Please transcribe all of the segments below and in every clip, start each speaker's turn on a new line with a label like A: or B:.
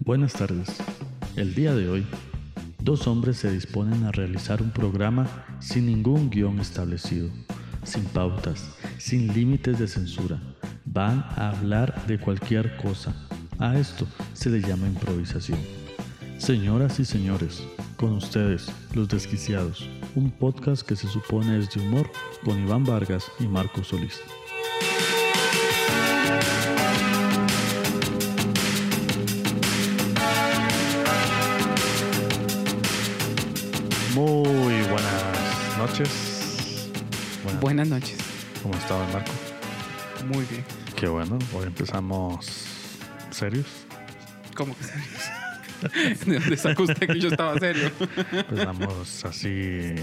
A: Buenas tardes. El día de hoy, dos hombres se disponen a realizar un programa sin ningún guión establecido, sin pautas, sin límites de censura. Van a hablar de cualquier cosa. A esto se le llama improvisación. Señoras y señores, con ustedes, Los Desquiciados, un podcast que se supone es de humor con Iván Vargas y Marco Solís.
B: Muy buenas noches. Buenas-
C: Buenas noches.
B: ¿Cómo estaba Marco?
C: Muy bien.
B: Qué bueno, hoy empezamos serios.
C: ¿Cómo que serios? ¿De dónde sacó usted que yo estaba serio?
B: Empezamos así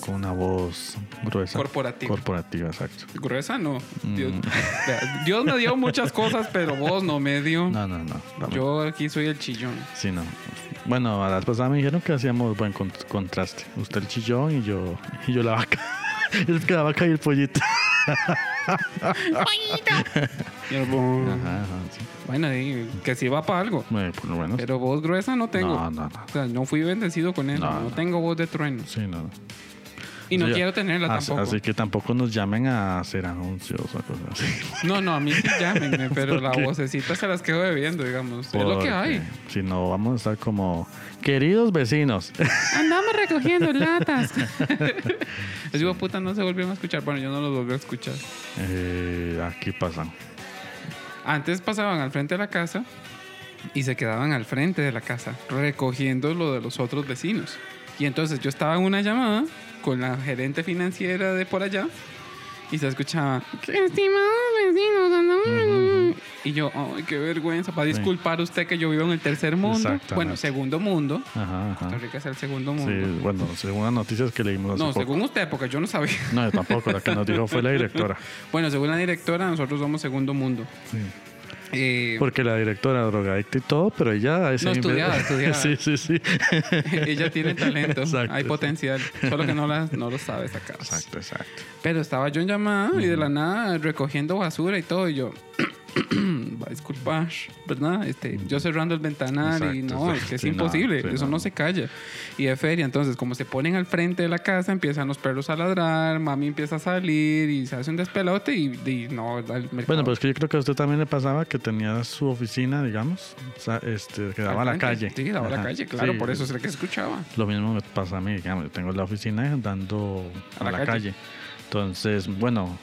B: con una voz gruesa.
C: Corporativa.
B: Corporativa, exacto.
C: Gruesa no.
B: Mm.
C: Dios, vea, Dios me dio muchas cosas, pero vos no me dio.
B: No, no, no. dame.
C: yo aquí soy el chillón.
B: Sí, no. Bueno, a las pasadas me dijeron que hacíamos buen con- contraste. Usted el chillón y yo, y yo la vaca. Es que la vaca y el pollito.
C: Y el bo-
B: Ajá, ajá, sí.
C: Bueno, y que si va para algo.
B: Bueno, por lo menos.
C: Pero voz gruesa no tengo.
B: No, no, no.
C: O sea, no fui bendecido con él.
B: No,
C: No,
B: no.
C: tengo voz de trueno.
B: Sí, no. no.
C: Y no
B: Sí,
C: quiero tenerla
B: así,
C: tampoco.
B: así que tampoco nos llamen a hacer anuncios o cosas así.
C: No, no, a mí sí llámenme, pero la
B: qué?
C: vocecita se las quedo bebiendo, digamos. Es lo que
B: Porque
C: hay.
B: Si no, vamos a estar como queridos vecinos.
C: Andamos recogiendo latas. Les digo, puta, no se volvieron a escuchar. Bueno, yo no los volví a escuchar.
B: Eh, aquí pasan.
C: Antes pasaban al frente de la casa y se quedaban al frente de la casa recogiendo lo de los otros vecinos. Y entonces yo estaba en una llamada con la gerente financiera de por allá y se escuchaba, estimados vecinos, andamos.
B: Ujú,
C: Y yo, ay, qué vergüenza, para
B: Sí.
C: disculpar usted que yo vivo en el tercer mundo.
B: Exactamente.
C: Bueno, segundo mundo.
B: Ajá,
C: Costa
B: ajá.
C: Rica es el segundo
B: Sí,
C: mundo.
B: bueno, según las noticias que leímos hace
C: No,
B: poco.
C: según usted, porque yo no sabía.
B: No, yo tampoco, la que nos dijo fue la directora.
C: Bueno, según la directora, nosotros somos segundo mundo.
B: Sí.
C: Eh,
B: Porque la directora drogadicta y todo, pero ella... es
C: No, estudiada, estudiada.
B: Sí, sí, sí.
C: ella tiene talento,
B: Exacto,
C: hay
B: sí.
C: potencial, solo que no, la- no lo sabe sacar.
B: Exacto, exacto.
C: Pero estaba yo en llamada y de la nada recogiendo basura y todo, y yo, va a disculpar, ¿verdad? Este, yo cerrando el ventanal y
B: Exacto,
C: no,
B: exacto.
C: es que es
B: Sí, no,
C: imposible,
B: sí,
C: eso
B: no.
C: no se calla. Y de feria, entonces, como se ponen al frente de la casa, empiezan los perros a ladrar, mami empieza a salir y se hace un despelote y, y no, el mercado-
B: Bueno, pues, pero es que yo creo que a usted también le pasaba que tenía su oficina, digamos, o sea, este, que daba a la
C: Al
B: calle.
C: frente. Sí, daba a la
B: Ajá.
C: calle, claro,
B: Sí,
C: por eso es que escuchaba.
B: Lo mismo me pasa a mí, digamos, yo tengo la oficina dando a,
C: A
B: la
C: la
B: calle. Entonces, bueno,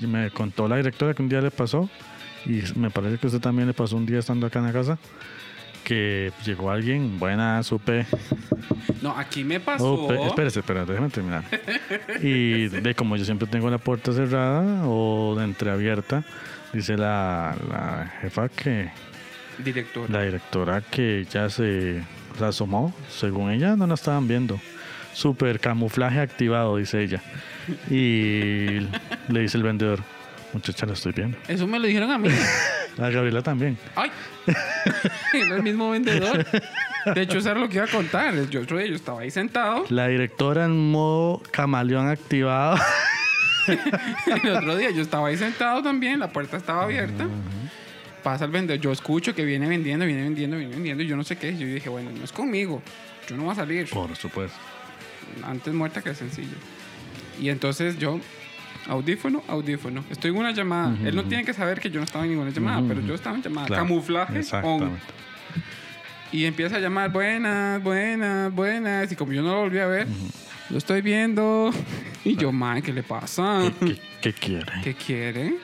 B: me contó la directora que un día le pasó, y me parece que a usted también le pasó un día estando acá en la casa, que llegó alguien, buena, supe,
C: No, aquí me pasó.
B: Oh, pe- espérese, espérese, déjame terminar. Y de como yo siempre tengo la puerta cerrada o de entreabierta, dice la, la jefa que
C: Director.
B: la directora que ya se, se asomó, según ella, no la estaban viendo. Super camuflaje activado, dice ella. Y le dice el vendedor, muchacha, la estoy viendo.
C: Eso me lo dijeron a mí.
B: A Gabriela también.
C: ¡Ay! Era el mismo vendedor. De hecho, eso era lo que iba a contar. Yo, yo yo estaba ahí sentado.
B: La directora en modo camaleón activado.
C: El otro día yo estaba ahí sentado también. La puerta estaba abierta. Pasa el vendedor. Yo escucho que viene vendiendo, viene vendiendo, viene vendiendo. Y yo no sé qué. Yo dije, bueno, no es conmigo. Yo no voy a salir.
B: Por supuesto.
C: Antes muerta que sencillo. Y entonces yo, audífono, audífono. Estoy en una llamada. Él no tiene que saber que yo no estaba en ninguna llamada,
B: Ujú,
C: pero
B: ujú.
C: yo estaba en llamada.
B: Claro,
C: Ah, Camuflaje on.
B: Exactamente.
C: Y empieza a llamar, buenas, buenas, buenas. Y como yo no lo volví a ver, lo estoy viendo. Y yo, man, ¿qué le pasa?
B: ¿Qué, qué quiere?
C: ¿Qué quiere?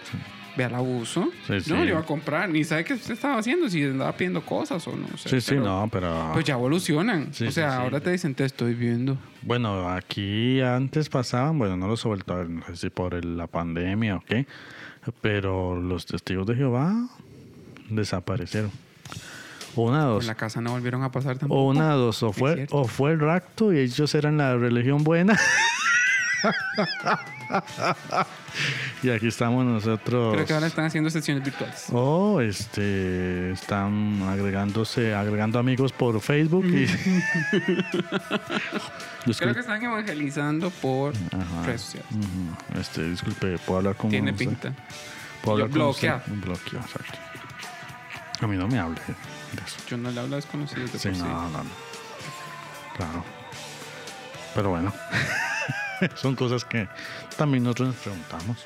C: Ve al abuso.
B: Sí, sí.
C: Yo no le iba a comprar. Ni sabe qué usted estaba haciendo, si andaba pidiendo cosas o no. sé,
B: Sí, sí,
C: pero-
B: no, pero...
C: Pues ya evolucionan.
B: Sí,
C: o
B: sí,
C: sea,
B: sí.
C: ahora te dicen, te estoy viendo.
B: Bueno, aquí antes pasaban, bueno, no los he vuelto a ver, no sé si por el- la pandemia o qué, pero los testigos de Jehová desaparecieron. O Una
C: En
B: dos.
C: la casa no volvieron a pasar tampoco.
B: O una dos. O fue,
C: cierto.
B: o fue el rapto y ellos eran la religión buena. y aquí estamos nosotros.
C: Creo que ahora están haciendo sesiones virtuales.
B: Oh, este, están agregándose, agregando amigos por Facebook y... Los
C: Creo que están evangelizando por
B: Ajá.
C: redes sociales.
B: Ujú. Este, disculpe, ¿puedo hablar con
C: Tiene
B: usted?
C: pinta.
B: ¿Puedo
C: Yo
B: hablar con usted?
C: bloquea.
B: Un bloqueo, exacto. A mí no me hable. mentiras.
C: Yo no le hablo a desconocidos de
B: Sí,
C: por sí.
B: no, no, no. Claro. Pero bueno. Son cosas que también nosotros nos preguntamos.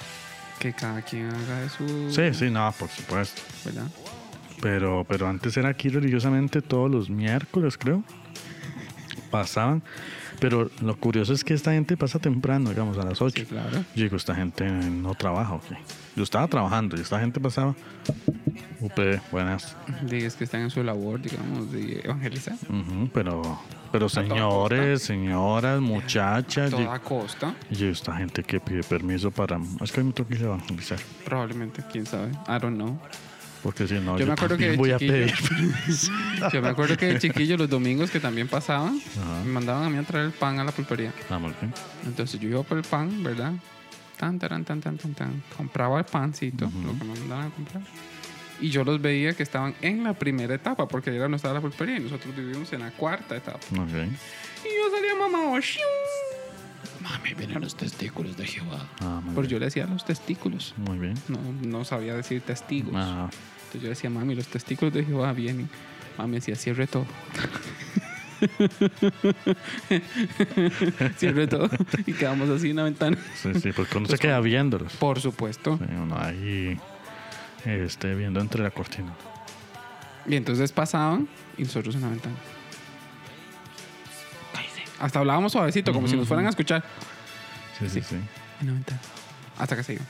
C: Que cada quien haga de su.
B: Sí, sí, no, por supuesto.
C: ¿Verdad?
B: Pero, pero antes era aquí religiosamente todos los miércoles, creo. Pasaban. Pero lo curioso es que esta gente pasa temprano, digamos, a las 8.
C: Sí, claro.
B: Yo digo, esta gente no trabaja, ok. Yo estaba trabajando y esta gente pasaba. UPD, buenas.
C: Digas que están en su labor, digamos, de evangelizar.
B: Ujú, pero, pero señores, señoras,
C: A
B: muchachas. yo-
C: toda costa.
B: Y yo, esta gente que pide permiso para. Es que hoy me tengo que ir a evangelizar.
C: Probablemente, quién sabe. I don't know.
B: Porque si no,
C: Yo
B: yo,
C: me acuerdo que
B: también
C: de
B: voy a
C: chiquillo-
B: pedir permiso.
C: Yo me acuerdo que de chiquillo, los domingos que también pasaban,
B: Ajá.
C: me mandaban a mí a traer el pan a la pulpería.
B: Ah, muy bien.
C: Entonces yo iba por el pan, ¿verdad? Tan, taran, tan, tan, tan, tan. Compraba el pancito, lo que me mandaban a comprar. Y yo los veía que estaban en la primera etapa, porque era no estaba la pulpería y nosotros vivimos en la cuarta etapa.
B: Ok.
C: Y yo salía mamá,
D: Mami, vienen los testículos de Jehová.
B: Ah, muy
C: Pero
B: bien.
C: yo le decía los testículos.
B: Muy bien.
C: No, no sabía decir testigos.
B: Ah,
C: Entonces yo decía, mami, los testículos de Jehová vienen. Mami decía, cierre todo. cierre todo. Y quedamos así en la ventana.
B: sí, sí, porque uno se
C: Pues
B: queda viéndolos.
C: Por supuesto.
B: Sí, uno ahí este, viendo entre la cortina.
C: Y entonces pasaban y nosotros en la ventana. Hasta hablábamos suavecito, como si nos fueran a escuchar.
B: Sí, sí, sí.
C: En la ventana. Hasta que se iban.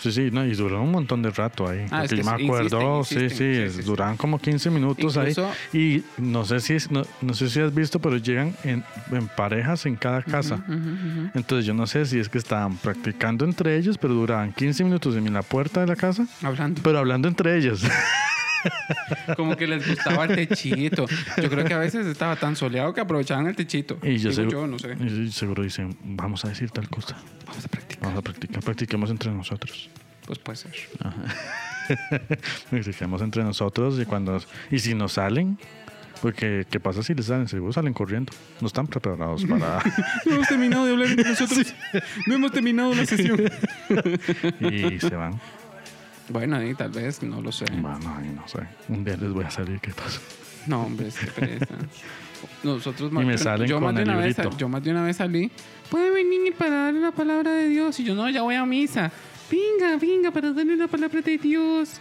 B: Sí, sí, no, y duró un montón de rato ahí.
C: Ah, es
B: porque
C: que
B: yo me
C: insisten,
B: acuerdo,
C: insisten,
B: sí,
C: sí,
B: sí,
C: sí, sí.
B: duraban como 15 minutos
C: Incluso-
B: ahí. Y no sé si es- no, no sé si has visto, pero llegan en, en parejas en cada casa. Entonces yo no sé si es que estaban practicando entre ellos, pero duraban 15 minutos en la puerta de la casa,
C: Hablando.
B: pero hablando entre ellos.
C: Como que les gustaba el techito. Yo creo que a veces estaba tan soleado que aprovechaban el techito.
B: y yo,
C: Digo
B: segu-
C: yo no sé.
B: y seguro dicen, vamos a decir tal cosa,
C: Vamos a practicar.
B: vamos a practicar, practiquemos entre nosotros.
C: Pues puede ser.
B: Practiquemos entre nosotros y cuando y si nos salen, porque qué pasa si les salen, seguro salen corriendo. No están preparados para
C: No hemos terminado de hablar entre nosotros. No hemos terminado la sesión.
B: y se van.
C: Bueno, y tal vez, no lo sé.
B: Bueno, ay, no sé. Un día les voy a salir qué pasa.
C: No, hombre, es que pereza. Nosotros
B: Y me salen
C: yo
B: con
C: más de
B: el
C: una vez,
B: librito.
C: Yo más de una vez salí. Puede venir para darle la palabra de Dios. Y yo, no, ya voy a misa. Venga, venga, para darle la palabra de Dios.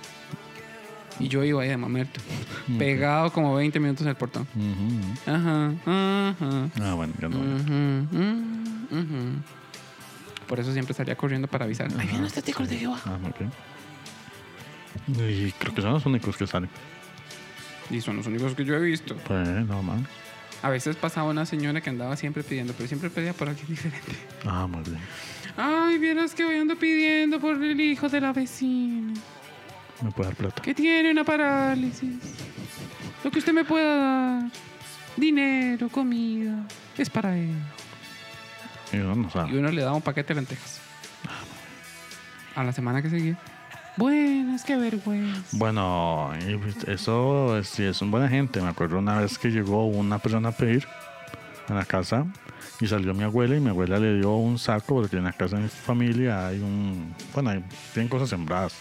C: Y yo iba ahí de mamerto. Pegado como 20 minutos al portón.
B: Ujú.
C: Ajá, ajá.
B: Ah, bueno, ya no.
C: Mm. ujú, ujú, ujú. Por eso siempre salía corriendo para avisar. Ahí vienen los testículos este de Jehová.
B: Ah, muy bien. Y creo que son los únicos que salen.
C: Y son los únicos que yo he visto.
B: Pues no man.
C: A veces pasaba una señora que andaba siempre pidiendo, pero siempre pedía por alguien diferente.
B: Ah, muy bien.
C: Ay, vieras que hoy ando pidiendo por el hijo de la vecina,
B: Me puede dar plata.
C: que tiene una parálisis. Lo que usted me pueda dar, dinero, comida, es para él.
B: Y uno no
C: Y
B: sabe.
C: uno le daba un paquete de lentejas. A la semana que seguía. Buenas, qué vergüenza.
B: Bueno, y pues eso es- sí es un buena gente. Me acuerdo una vez que llegó una persona a pedir a la casa y salió mi abuela y mi abuela le dio un saco porque en la casa de mi familia hay un... Bueno, hay, tienen cosas sembradas.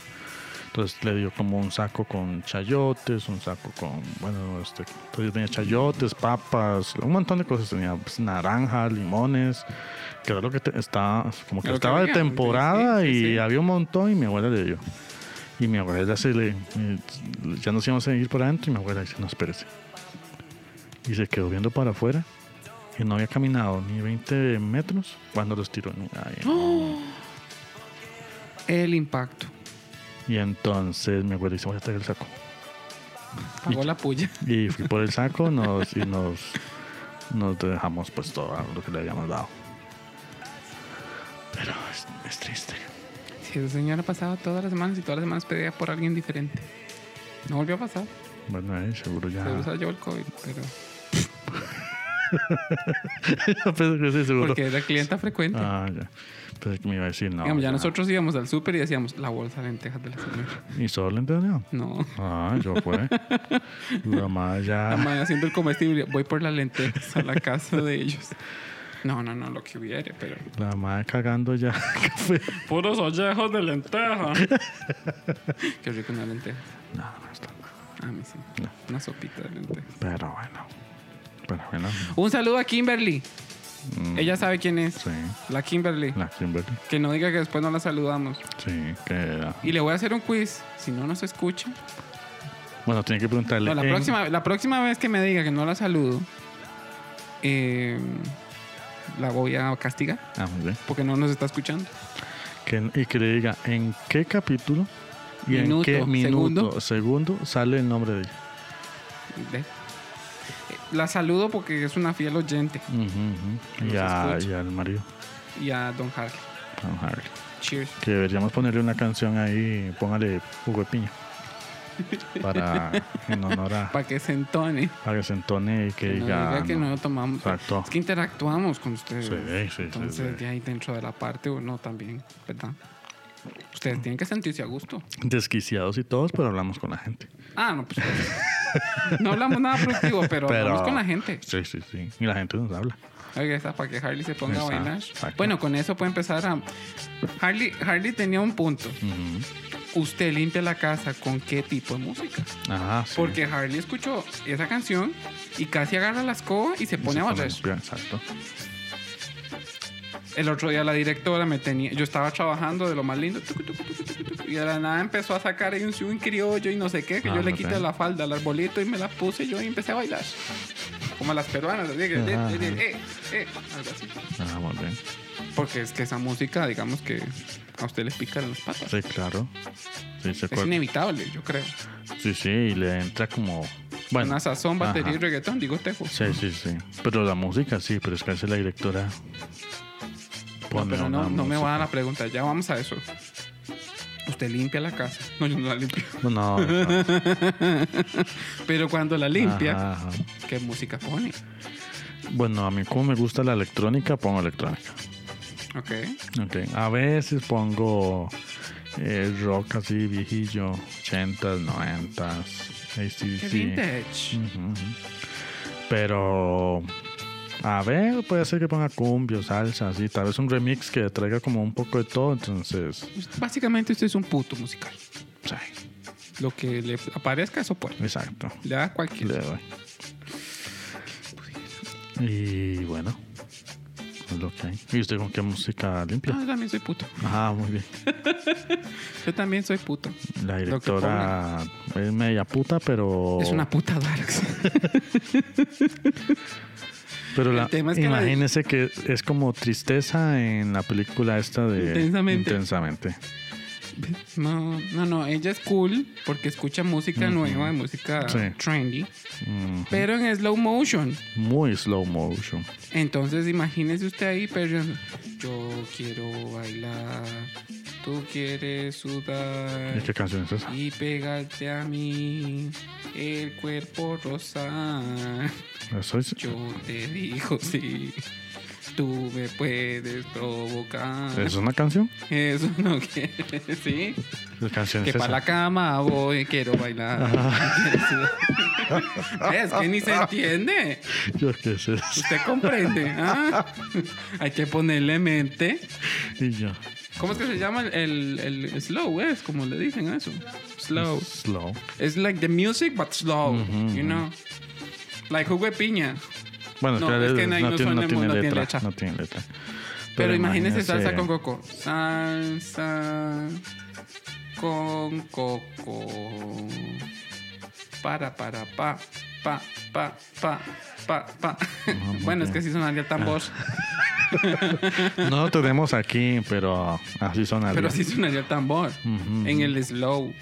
B: Entonces le dio como un saco con chayotes, un saco con... Bueno, este, entonces yo tenía chayotes, papas, un montón de cosas. Tenía pues, naranjas, limones, que era lo que te- estaba... Como que
C: Lo que
B: estaba de
C: había, sí,
B: temporada
C: sí,
B: y
C: sí.
B: había un montón y mi abuela le dio. Y mi abuela se le. eh, Ya nos íbamos a ir para adentro y mi abuela dice: No, espérese. Y se quedó viendo para afuera. Y no había caminado ni 20 metros cuando los tiró. en- ahí.
C: ¡Oh! El impacto.
B: Y entonces mi abuela dice: Voy a traer el saco.
C: Pagó la puya.
B: Y fui por el saco nos, y nos, nos dejamos pues todo lo que le habíamos dado. Pero es, es triste.
C: Si esa señora pasaba todas las semanas y todas las semanas pedía por alguien diferente. No volvió a pasar.
B: Bueno, eh, seguro ya.
C: Seguro se llevó el COVID, pero.
B: Pensé que sí, seguro.
C: Porque era clienta frecuente.
B: Ah, ya. Pensé que me iba a decir: No.
C: Digamos, ya
B: ya.
C: nosotros íbamos al súper y decíamos la bolsa de lentejas de la señora.
B: ¿Y solo le entendió?
C: No.
B: Ah, yo fue. La madre
C: La
B: ya.
C: madre haciendo el comestible, voy por las lentejas a la casa de ellos. No, no, no, lo que hubiera, pero.
B: La madre cagando ya. café.
C: Puros ollejos de lenteja. Qué rico una lenteja.
B: No, no está.
C: A mí sí.
B: No.
C: Una sopita de lentejas.
B: Pero bueno. Pero bueno.
C: Un saludo a Kimberly.
B: mm,
C: Ella sabe quién es.
B: Sí.
C: La Kimberly.
B: La Kimberly.
C: Que no diga que después no la saludamos.
B: Sí, que era.
C: Y le voy a hacer un quiz. Si no nos escucha.
B: Bueno, tiene que preguntarle.
C: No, la,
B: en-
C: próxima, la próxima vez que me diga que no la saludo, eh, la voy a castigar
B: Ah, muy bien.
C: porque no nos está escuchando.
B: Que- y que le diga en qué capítulo y
C: Minuto,
B: en qué minuto,
C: segundo.
B: segundo, sale el nombre de ella.
C: Ve. Eh, La saludo porque es una fiel oyente.
B: Ujú, ujú.
C: Nos
B: Y, a-
C: escucha.
B: y al marido.
C: Y a Don Harley.
B: Vamos a ver.
C: Cheers.
B: Que deberíamos ponerle una canción ahí, póngale Hugo de Piña. Para en honor a
C: Para que se entone.
B: para que se entone y que
C: Que no
B: diga.
C: diga que
B: no.
C: no lo tomamos.
B: Exacto.
C: Es que interactuamos con ustedes.
B: Sí, sí, sí,
C: Entonces,
B: sí.
C: de ahí dentro de la parte o no también, ¿verdad? Ustedes tienen que sentirse a gusto.
B: Desquiciados y todos, pero hablamos con la gente.
C: Ah, no, pues. no hablamos nada productivo, pero,
B: Pero-
C: hablamos con la gente.
B: Sí, sí, sí. Y la gente nos habla.
C: Oiga, esa para que Harley se ponga a
B: Exacto,
C: bailar.
B: exacto.
C: Bueno, con eso puede empezar a. Harley, Harley tenía un punto.
B: Ujú.
C: Usted limpia la casa con qué tipo de música.
B: Ajá, sí.
C: Porque Harley escuchó esa canción y casi agarra la escoba y se
B: Y
C: pone
B: se
C: a
B: pone
C: barrer.
B: bien, Exacto.
C: El otro día la directora me tenía, yo estaba trabajando de lo más lindo tucu, tucu, tucu, tucu, tucu, y de la nada empezó a sacar ahí un, swing criollo y no sé qué, que
B: Ah,
C: yo le
B: ok.
C: quité la falda al arbolito y me la puse yo y empecé a bailar. Como las peruanas, así que, eh,
B: Ajá, ajá.
C: eh, eh, eh, algo así.
B: Ah, muy bien.
C: Porque es que esa música, digamos que a usted le pica las patas.
B: Sí, claro. Sí, se
C: Es
B: acuerda.
C: inevitable, yo creo.
B: Sí, sí, y le entra como. Bueno.
C: Una sazón, batería
B: Ah, ajá.
C: y reggaetón, digo tejo.
B: Sí, sí, sí. Pero la música sí, pero es que hace la directora.
C: No, pero
B: una
C: no, no me
B: música.
C: va a la pregunta, ya vamos a eso. Usted limpia la casa. No, yo no la limpio.
B: No, no.
C: Pero cuando la limpia,
B: Ajá, ajá.
C: ¿qué música pone?
B: Bueno, a mí como me gusta la electrónica, pongo electrónica.
C: Ok.
B: Ok. A veces pongo eh, rock así viejillo, 80s, 90s,
C: Qué
B: ACDC.
C: vintage.
B: Ujú, ujú. Pero a ver, puede ser que ponga cumbia, salsa, así, tal vez un remix que traiga como un poco de todo, entonces,
C: Pues,
B: pues,
C: Básicamente usted es un puto musical.
B: sí,
C: Lo que le aparezca, eso puede.
B: exacto.
C: Le da cualquier.
B: Le doy. Y bueno, es lo que hay. ¿Y usted con qué música
C: No,
B: limpia?
C: yo también soy puto.
B: Ah, muy bien.
C: Yo también soy puto.
B: La
C: Lo que
B: directora es media puta, pero.
C: Es una puta darks.
B: Pero la,
C: El tema es que la-
B: imagínese que es como tristeza en la película esta de.
C: Intensamente.
B: Intensamente.
C: No, no, no. Ella es cool porque escucha música
B: Ujú.
C: nueva, música
B: Sí.
C: trendy,
B: Mm,
C: pero en slow motion.
B: Muy slow motion.
C: Entonces, imagínese usted ahí perreando. Yo quiero bailar. Tú quieres sudar.
B: ¿Y qué canción es esa?
C: Y pegarte a mí el cuerpo rosa.
B: Eso es-
C: Yo te digo sí. Tú me puedes provocar.
B: ¿Es una canción?
C: Eso no quiere, sí.
B: ¿Qué canción
C: Que
B: es
C: para la
B: esa?
C: cama voy, quiero bailar. es que ni se entiende.
B: Yo qué sé.
C: Usted comprende. ¿ah? Hay que ponerle mente.
B: Y ya.
C: ¿Cómo es que se llama el, el- el slow? Es como le dicen a eso. Slow.
B: Slow.
C: It's like the music, but slow,
B: Ujú,
C: you
B: ujú.
C: know. Like jugo de piña.
B: Bueno,
C: No,
B: claro,
C: es que
B: no,
C: ahí no
B: tiene,
C: suena-
B: no tiene
C: no tiene
B: letra,
C: letra.
B: No tiene letra.
C: Pero, imagínese, salsa con coco. Salsa con coco. Para, para, pa, pa, pa, pa, pa, pa.
B: Ah, muy
C: bueno,
B: bien.
C: es
B: Ah,
C: que sí sonaría el tambor.
B: No lo tenemos aquí, pero así sonaría.
C: pero sí sonaría el tambor.
B: Ujú.
C: En el slow.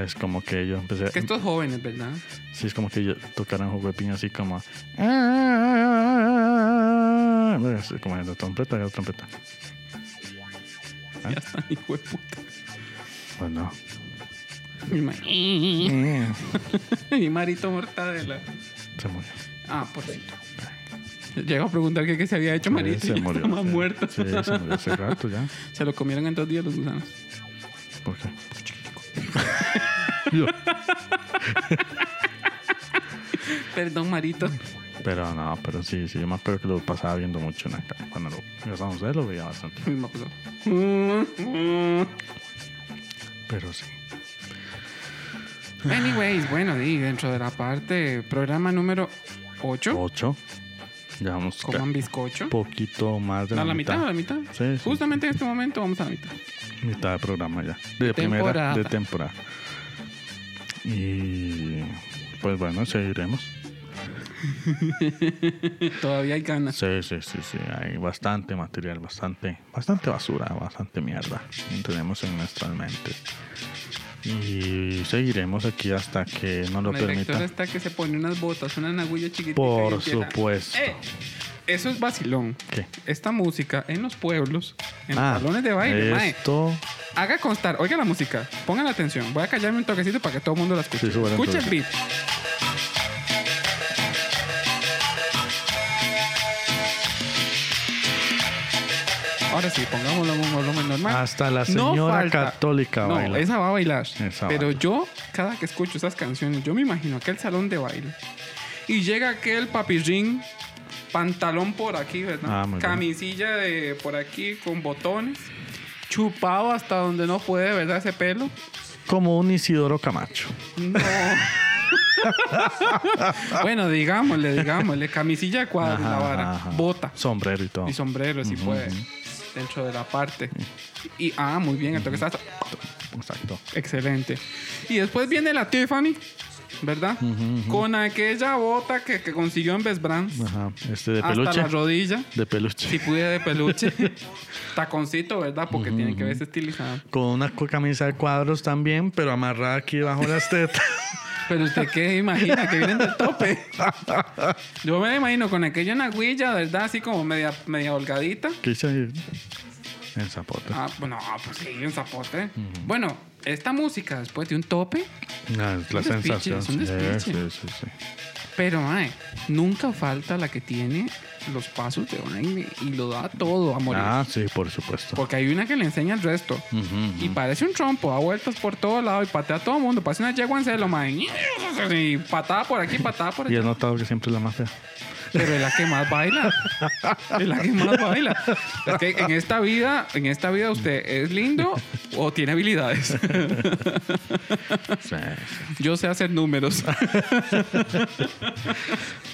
B: Es como que yo empecé.
C: Que estos jóvenes, ¿verdad?
B: Sí, es como que yo tocaran jugo de piña así como. "Ah, Es ah, Como la trompeta, la trompeta.
C: Ya están, hijo de puta.
B: Bueno. eh,
C: Mi ma-
B: Se
C: Mi marito mortadela.
B: murió.
C: Ah, por cierto. Llego a preguntar qué, qué se había hecho Marito.
B: se
C: y
B: murió.
C: Estaba
B: sí.
C: muerto.
B: Sí, se murió hace rato ya.
C: Se lo comieron en dos días los gusanos.
B: ¿Por qué? Yo-
C: Perdón, Marito.
B: Pero no, pero sí, sí, yo me acuerdo que lo pasaba viendo mucho en acá. Cuando lo empezamos a ver, lo veía bastante.
C: Misma cosa. Mm, mm.
B: Pero sí.
C: Anyways, bueno, y dentro de la parte, programa número 8,
B: 8. Llevamos
C: coman
B: un
C: bizcocho.
B: poquito más de
C: A
B: la,
C: la mitad, a
B: mitad.
C: la mitad.
B: Sí, sí.
C: Justamente en este momento vamos a la mitad.
B: mitad de programa ya. De, primera
C: temporada.
B: de temporada. Y pues bueno, seguiremos.
C: Todavía hay ganas.
B: Sí, sí, sí, sí. Hay bastante material, bastante, bastante basura, bastante mierda. que Tenemos en nuestras mentes. Y seguiremos aquí hasta que no lo
C: La directora
B: permita.
C: está que se pone unas botas, una nagüilla chiquitita. y
B: Por
C: empieza,
B: supuesto.
C: "Eh, eso es vacilón.
B: ¿Qué?
C: Esta música en los pueblos, en
B: Ah,
C: los salones de baile, mae,
B: Esto.
C: haga constar, oiga la música, pongan atención. Voy a callarme un toquecito para que todo el mundo la escuche.
B: Sí, súbela
C: Escucha el
B: entonces.
C: beat. Ahora sí, pongámoslo en un volumen normal.
B: Hasta la
C: No
B: señora
C: falta.
B: católica
C: No,
B: baila.
C: esa va a bailar.
B: Esa
C: pero
B: baila.
C: yo, cada que escucho esas canciones, yo me imagino aquel salón de baile. Y llega aquel papirrín, pantalón por aquí, ¿verdad?
B: Ah, muy bien.
C: Camisilla de por aquí con botones. Chupado hasta donde no puede, ¿verdad? Ese pelo.
B: Como un Isidoro Camacho.
C: No. bueno, digámosle, digámosle. Camisilla de cuadro, la
B: Ajá,
C: vara.
B: ajá.
C: Bota.
B: Sombrero y todo.
C: Y sombrero, si puede. Dentro de la parte. Y, ah, muy bien, el toque está
B: Exacto.
C: Excelente. Y después viene la Tiffany, ¿verdad? Con aquella bota que, que consiguió en Best Brands.
B: Ajá. Este de
C: hasta
B: peluche.
C: la rodilla.
B: De peluche.
C: Si pude de peluche. Taconcito, ¿verdad? Porque tiene que verse estilizado.
B: Con una cu- camisa de cuadros también, pero amarrada aquí bajo las tetas.
C: Pero usted qué imagina que vienen del tope. Yo me imagino con aquella naguilla, ¿verdad? Así como media, media holgadita.
B: ¿Qué hice ahí? En zapote.
C: Ah, bueno, pues sí, un zapote. Bueno, esta música después de un tope,
B: Ah, es la
C: un despiche,
B: sensación.
C: es un despiche.
B: Sí, sí, sí, sí.
C: Pero, mae, nunca falta la que tiene los pasos de baile y lo da todo a morir.
B: Ah, sí, por supuesto.
C: Porque hay una que le enseña el resto.
B: Ujú, ujú.
C: Y parece un trompo, da vueltas por todo lado y patea a todo el mundo. Parece una yegua en celo, mae. Y patada por aquí, patada por
B: Y
C: allá.
B: he notado que siempre es la más fea.
C: Pero es la que más baila. Es la que más baila. Es que en esta vida, en esta vida usted es lindo o tiene habilidades.
B: Sí, sí.
C: Yo sé hacer números.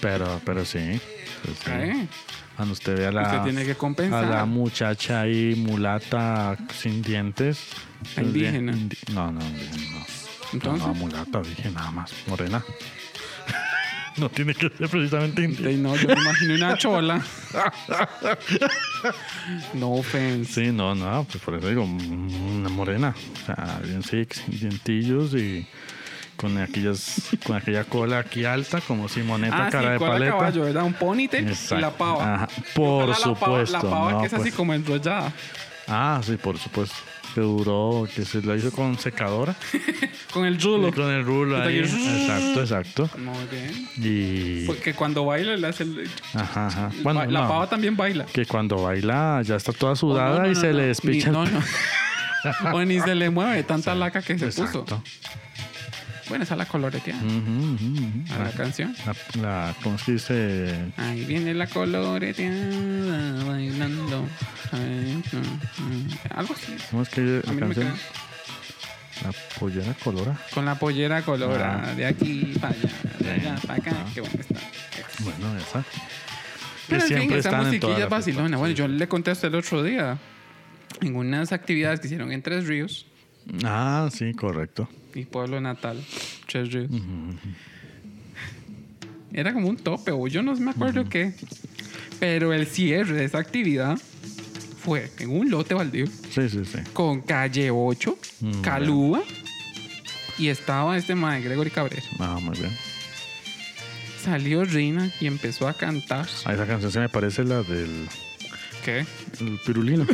B: Pero, pero sí. sí, sí.
C: ¿Eh?
B: Cuando usted ve a la,
C: Usted tiene que compensar.
B: a la muchacha ahí mulata sin dientes.
C: La Ah, indígena.
B: Indi- No, no, indígena, no.
C: Entonces.
B: No, no, mulata, dije nada más. Morena. no tiene que ser precisamente indígena.
C: Ey, No, yo me imagino una chola. No offense.
B: Sí, no, no, pues por eso digo, mm, una morena. O sea, bien sexy, sin dientillos y con aquellas, con aquella cola aquí alta, como Simoneta,
C: Ah,
B: cara
C: sí,
B: de
C: cola de
B: paleta.
C: caballo, ¿verdad? Un ponytail y
B: Exacto.
C: la pava.
B: Ajá, Por
C: Ojalá la pava-
B: supuesto.
C: La pava
B: no,
C: que es así
B: pues.
C: como enrollada.
B: Ah, sí, por supuesto. Que duró, que se la hizo con secadora.
C: Con el
B: Y
C: rulo.
B: con el rulo
C: Hasta
B: ahí.
C: que-
B: Exacto, exacto.
C: Muy bien.
B: Y.
C: Porque cuando baila le hace el-
B: Ajá, ajá. Bueno,
C: Pues, la
B: no,
C: pava también baila.
B: Que cuando baila ya está toda sudada
C: No, no,
B: y
C: no,
B: se
C: no.
B: le
C: Ni-
B: despicha. el
C: no, no. o ni se le mueve tanta laca que se
B: Exacto. Mm,
C: puso. Bueno, esa la coloretea
B: Ujú, ujú, ujú.
C: a la canción.
B: La, la- ¿Cómo se dice?
C: Ahí viene la coloreteada bailando. Ay, no, no. Algo así.
B: ¿Cómo es que la
C: A mí no me
B: canción?
C: queda.
B: La pollera colora.
C: Con la pollera colorada,
B: Ah.
C: de aquí para allá, de allá para acá.
B: Ah.
C: Qué bueno que está.
B: Bueno, esa.
C: Pero
B: Que
C: en fin,
B: siempre
C: esa
B: están en todas
C: musiquilla es
B: las
C: vacilona. Bueno, yo le conté a usted el otro día en unas actividades que hicieron en Tres Ríos,
B: Ah, sí, correcto.
C: mi pueblo natal, Tres Ríos. Era como un tope, o yo no me acuerdo qué. Pero el cierre de esa actividad fue en un lote baldío
B: Sí, sí, sí.
C: con calle 8,
B: Mm,
C: Calúa, y estaba este mae, Gregory Cabrera.
B: Ah, muy bien.
C: Salió Rina y empezó a cantar.
B: Ah, esa canción se me parece la del
C: ¿Qué?
B: el pirulino.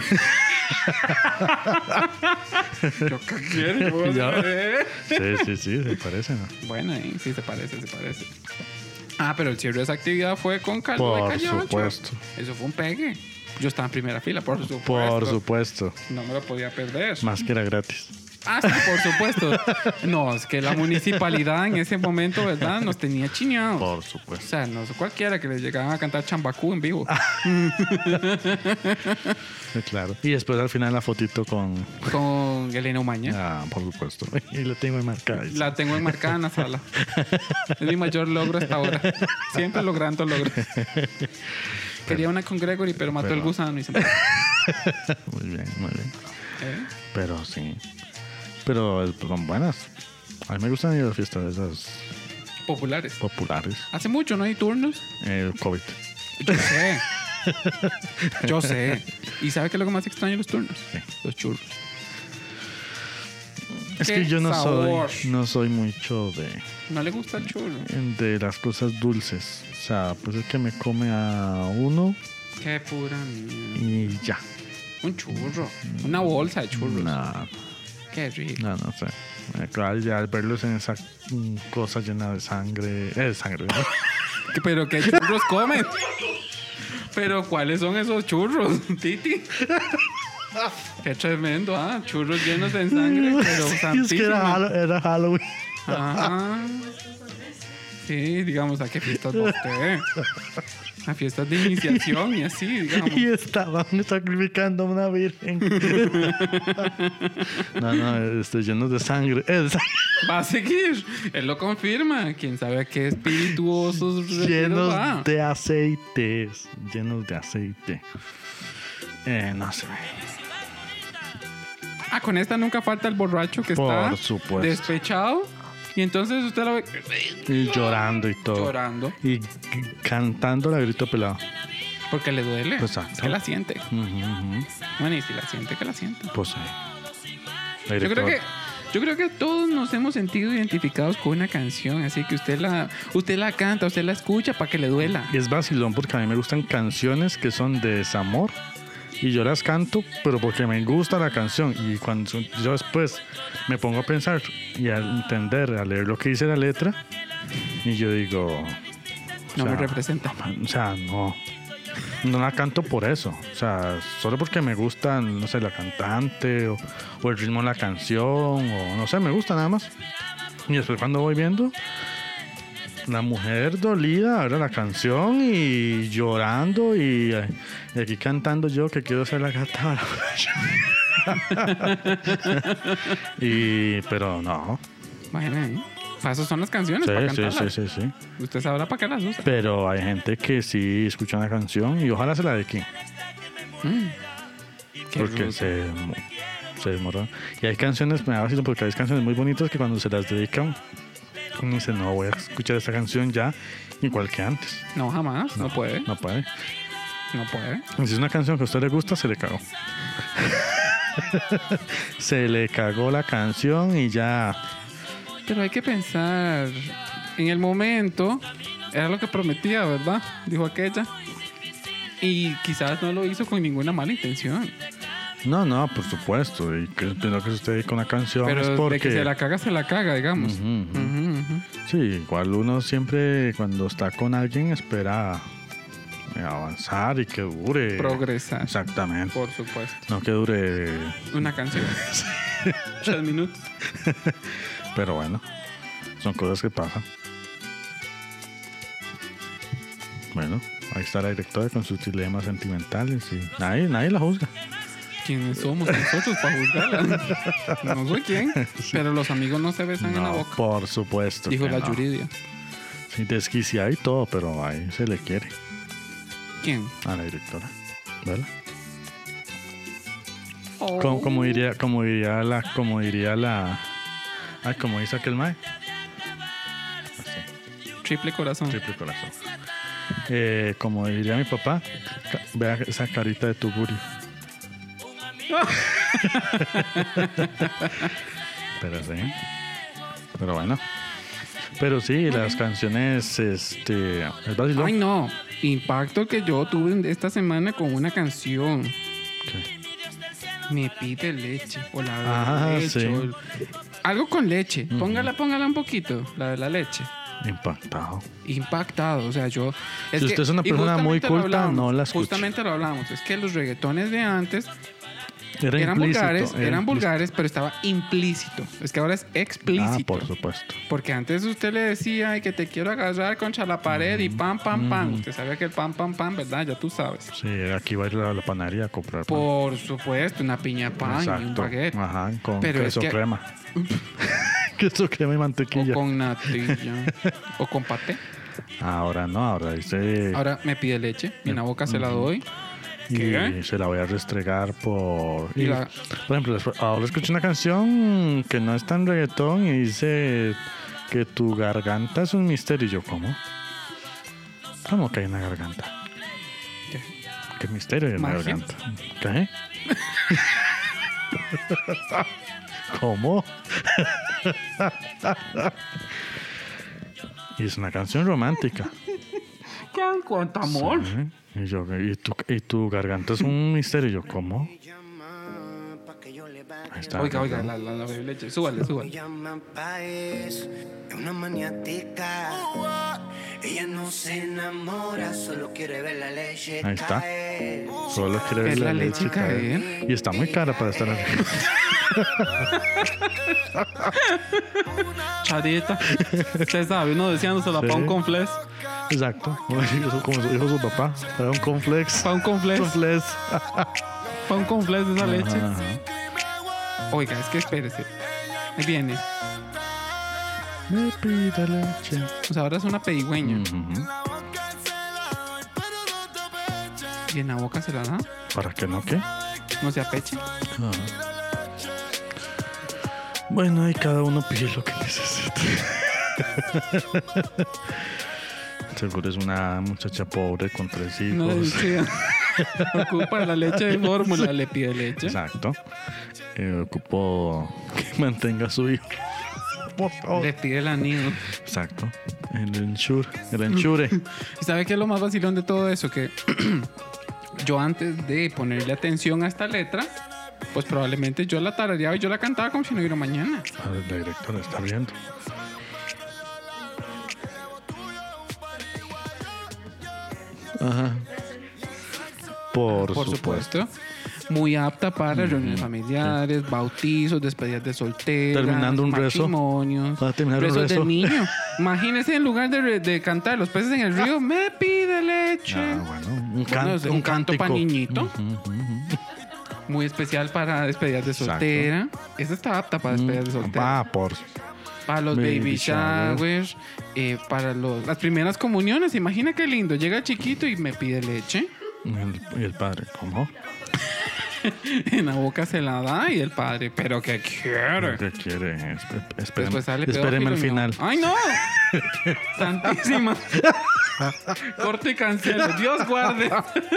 C: ¿Yo qué quiero? ¿Vos
B: Ya.
C: qué?
B: sí, sí, sí, se parece, ¿no?
C: Bueno, ahí sí se parece, se parece. Ah, pero el cierre de esa actividad fue con Calvo de
B: Por
C: Calle Ocho.
B: supuesto.
C: Eso fue un pegue. Yo estaba en primera fila, por supuesto.
B: Por supuesto.
C: No me lo podía perder.
B: Más que era gratis.
C: Ah, sí, por supuesto. no, es que la municipalidad en ese momento, ¿verdad? Nos tenía chineados.
B: Por
C: O
B: supuesto.
C: sea, no sé cualquiera que le llegaban a cantar chambacú en vivo.
B: Ah. Claro. Y después al final la fotito con.
C: Con con Elena Umaña.
B: Ah, por supuesto. Y lo tengo enmarcado.
C: La tengo enmarcada en la sala. es mi mayor logro hasta ahora. Siempre logrando logros. Quería una con Gregory, pero mató
B: pero-
C: el gusano y se murió.
B: Muy bien, muy bien.
C: ¿Eh?
B: Pero sí. Pero eh, son buenas. A mí me gustan ir a las fiestas de esas
C: Populares.
B: populares.
C: Hace mucho no hay turnos.
B: El COVID.
C: Yo sé. Yo sé. ¿Y sabe qué es lo que más extraño de los turnos?
B: ¿Qué?
C: Los churros.
B: Es
C: ¡Qué
B: que yo no
C: sabor!
B: soy no soy mucho de,
C: No le gusta el churro.
B: de las cosas dulces. O sea, pues es que me come a uno
C: Qué pura mierda.
B: y ya.
C: Un churro. Una bolsa de churros.
B: No,
C: Qué rico.
B: no, no sé. Eh, Claro, ya al verlos en esa mm, cosa llena de sangre. Eh, de sangre. ¿no?
C: ¿Qué- Pero qué churros comen. Pero ¿cuáles son esos churros, Titi? Qué tremendo, ah, churros llenos de sangre, pero
B: Mm, Sí, es que era,
C: santísimo.
B: Hall- era Halloween.
C: Ajá. Sí, digamos, ¿a qué fiestas va usted? A fiestas de iniciación y así, digamos.
B: Y estaban sacrificando a una virgen. no, no, este, llenos de sangre. Eh, de sangre.
C: Va a seguir. Él lo confirma. Quién sabe a qué espirituosos retiros Pues va.
B: llenos de aceites. Llenos de aceite. Eh, no sé.
C: Ah, con esta nunca falta el borracho que
B: Por
C: está
B: supuesto.
C: despechado. Y entonces usted lo ve
B: Y llorando y todo.
C: llorando
B: Y c- cantando la grito pelado.
C: porque le duele.
B: Exacto.
C: Es que la siente.
B: Ujú, ujú.
C: Bueno, y si la siente, que la sienta.
B: Pues sí. La
C: Yo creo que.
B: directora-
C: Yo creo que todos nos hemos sentido identificados con una canción, así que usted la, usted la canta, usted la escucha para que le duela.
B: Es vacilón porque a mí me gustan canciones que son de desamor y yo las canto, pero porque me gusta la canción. Y cuando su- yo después me pongo a pensar y a entender, a leer lo que dice la letra, y yo digo,
C: No
B: o sea,
C: me representa.
B: o sea, no. No la canto por eso, o sea, solo porque me gusta, no sé, la cantante o, o el ritmo de la canción, o no sé, me gusta nada más. Y después cuando voy viendo, la mujer dolida, ahora la canción y llorando y, eh, y aquí cantando yo que quiero ser la gata. borracha. y, pero no,
C: Bueno, ¿eh? Para eso son las canciones,
B: sí,
C: para
B: sí,
C: cantarlas.
B: sí, sí, sí.
C: Usted sabrá para qué las usa.
B: Pero hay gente que sí escucha una canción y ojalá se la dediquen.
C: Qué
B: Porque
C: rudo.
B: se, mo- se demora. Y hay canciones, me da vacilo porque hay canciones muy bonitas que cuando se las dedican, uno dice, no, voy a escuchar esta canción ya, igual que antes.
C: No, jamás. No, puede.
B: No puede.
C: No puede.
B: Y si es una canción que a usted le gusta, se le cagó. se le cagó la canción y ya.
C: Pero hay que pensar. En el momento, era lo que prometía, ¿verdad? Dijo aquella. Y quizás no lo hizo con ninguna mala intención.
B: No, no, por supuesto. Y que, pero que usted dedica una canción es
C: pero
B: porque.
C: de que se la caga, se la caga, digamos.
B: Ujú, ujú.
C: Ujú, ujú.
B: Sí, igual uno siempre cuando está con alguien espera eh, avanzar y que dure.
C: Progresar.
B: Exactamente.
C: Por supuesto.
B: No que dure,
C: Una canción. Tres minutos.
B: pero bueno, son cosas que pasan. Bueno, ahí está la directora con sus dilemas sentimentales y nadie, nadie la juzga.
C: ¿Quiénes somos nosotros para juzgarla? No soy quién. Pero los amigos no se besan en la
B: No,
C: boca.
B: por supuesto.
C: Dijo
B: que
C: la
B: no.
C: Yuridia.
B: Sí, desquiciada y todo, pero ahí se le quiere
C: ¿Quién?
B: a la directora. ¿Verdad? Como,
C: Oh.
B: como diría, como diría la, como diría la, ay, como dice aquel mae. Así,
C: Triple corazón.
B: triple corazón. Eh, como diría mi papá, ca- vea esa carita de tu booty. Pero sí. Pero bueno. Pero sí, las canciones, este, el vacilón.
C: Ay, no. Impacto que yo tuve en- esta semana con una canción.
B: Sí.
C: Me pide leche. O la de
B: Ah,
C: leche.
B: sí.
C: o el- Algo con leche. Póngala, póngala un poquito. La de la leche.
B: Impactado.
C: Impactado. O sea, yo.
B: Si usted es una
C: y
B: persona muy
C: justamente lo
B: culta,
C: hablábamos,
B: no la escuche.
C: Justamente lo hablamos. Es que los reggaetones de antes
B: Era
C: eran
B: implícito,
C: vulgares,
B: era
C: eran
B: implícito.
C: vulgares, pero estaba implícito. Es que ahora es
B: Ah,
C: explícito.
B: por supuesto.
C: porque antes usted le decía "Ay, que te quiero agarrar contra la pared
B: Mm,
C: y pam, pam, pam. Usted sabía que el pam, pam, pam, ¿verdad? Ya tú sabes.
B: Sí, aquí va a ir a la panadería a comprar pan.
C: Por supuesto, una piña pan y un
B: Exacto.
C: baguette.
B: Ajá, con
C: Pero es
B: queso
C: que-
B: crema. queso crema y
C: O
B: mantequilla.
C: con natilla. o con paté.
B: Ahora no, ahora dice.
C: Ahora me pide leche. Y en la boca se la doy.
B: y
C: ¿qué?
B: se la voy a restregar por.
C: Y
B: y,
C: la-
B: Por ejemplo, después- ahora escuché una canción que no es tan reggaetón y dice que tu garganta es un misterio. Y yo, ¿cómo? ¿Cómo que hay una garganta?
C: ¿Qué?
B: ¿Qué misterio hay en la
C: ¿Magia?
B: garganta? ¿Qué? ¿Cómo? y es una canción romántica.
C: cuánto amor.
B: Sí. Y yo, ¿y tu, y tu garganta es un misterio. Y yo, ¿cómo?
E: llaman pa' que yo le baje.
B: Ahí está.
C: Oiga, oiga, la, la, la bebé leche. Súbale,
E: Me
C: súbale.
E: llaman Paez, es una maniática. Ella no se enamora, solo quiere ver la leche
B: Ahí está.
E: caer.
B: Solo quiere ver
C: Es
B: la,
C: la
B: leche,
C: leche
B: caer.
E: caer.
B: Y está muy cara para estar aquí.
C: Charita. Usted sabe, uno deseándosela
B: Sí.
C: para un confles.
B: Exacto. Como dijo- como dijo su papá. Para un complex.
C: Para un confles.
B: Complex.
C: Para un confles de esa leche.
B: Ajá.
C: Oiga, es que espérese. Ahí viene.
B: Me pide leche.
C: O sea, Pues ahora es una
B: Mm.
C: pedigüeña.
B: Ujú.
C: Y en la boca se la da.
B: ¿Para qué no qué?
C: No se apeche.
B: Bueno, ahí cada uno pide lo que necesita. Seguro es una muchacha pobre con tres hijos.
C: No se Ocupa la leche de fórmula, le pide leche.
B: Exacto. Eh, ocupo que mantenga a su hijo. Por favor.
C: Le pide el anillo.
B: Exacto. El ensure. El ensure.
C: ¿Y sabe qué es lo más vacilón de todo eso? Que yo antes de ponerle atención a esta letra, pues probablemente yo la tarareaba y yo la cantaba como si no hubiera mañana.
B: Ah, El director está viendo. Ajá. Por,
C: Por
B: supuesto.
C: supuesto. Muy apta para reuniones familiares, bautizos, despedidas de solteros,
B: Terminando un rezo.
C: matrimonios,
B: Va a terminar un
C: rezos
B: rezo.
C: de niño. Imagínese en lugar de, re- de cantar los peces en el río, me pide leche.
B: Ah, bueno. Un,
C: Bueno,
B: can-
C: es un canto para
B: cántico.
C: niñito. Muy especial para despedidas de
B: Exacto.
C: soltera. Esta está apta para despedidas de soltera.
B: Ah, por.
C: Para los
B: Baby
C: baby, showers, eh, para los, las primeras comuniones. Imagina qué lindo. Llega chiquito y me pide leche.
B: El, y el padre, ¿cómo?
C: En la boca se la da y el padre, pero que quiere.
B: ¿Qué quiere? Espe- Espéreme,
C: Después sale
B: espéreme
C: pedófilo
B: al
C: y no.
B: final.
C: ¡Ay, no! Santísima. Corte y cancelo. Dios guarde.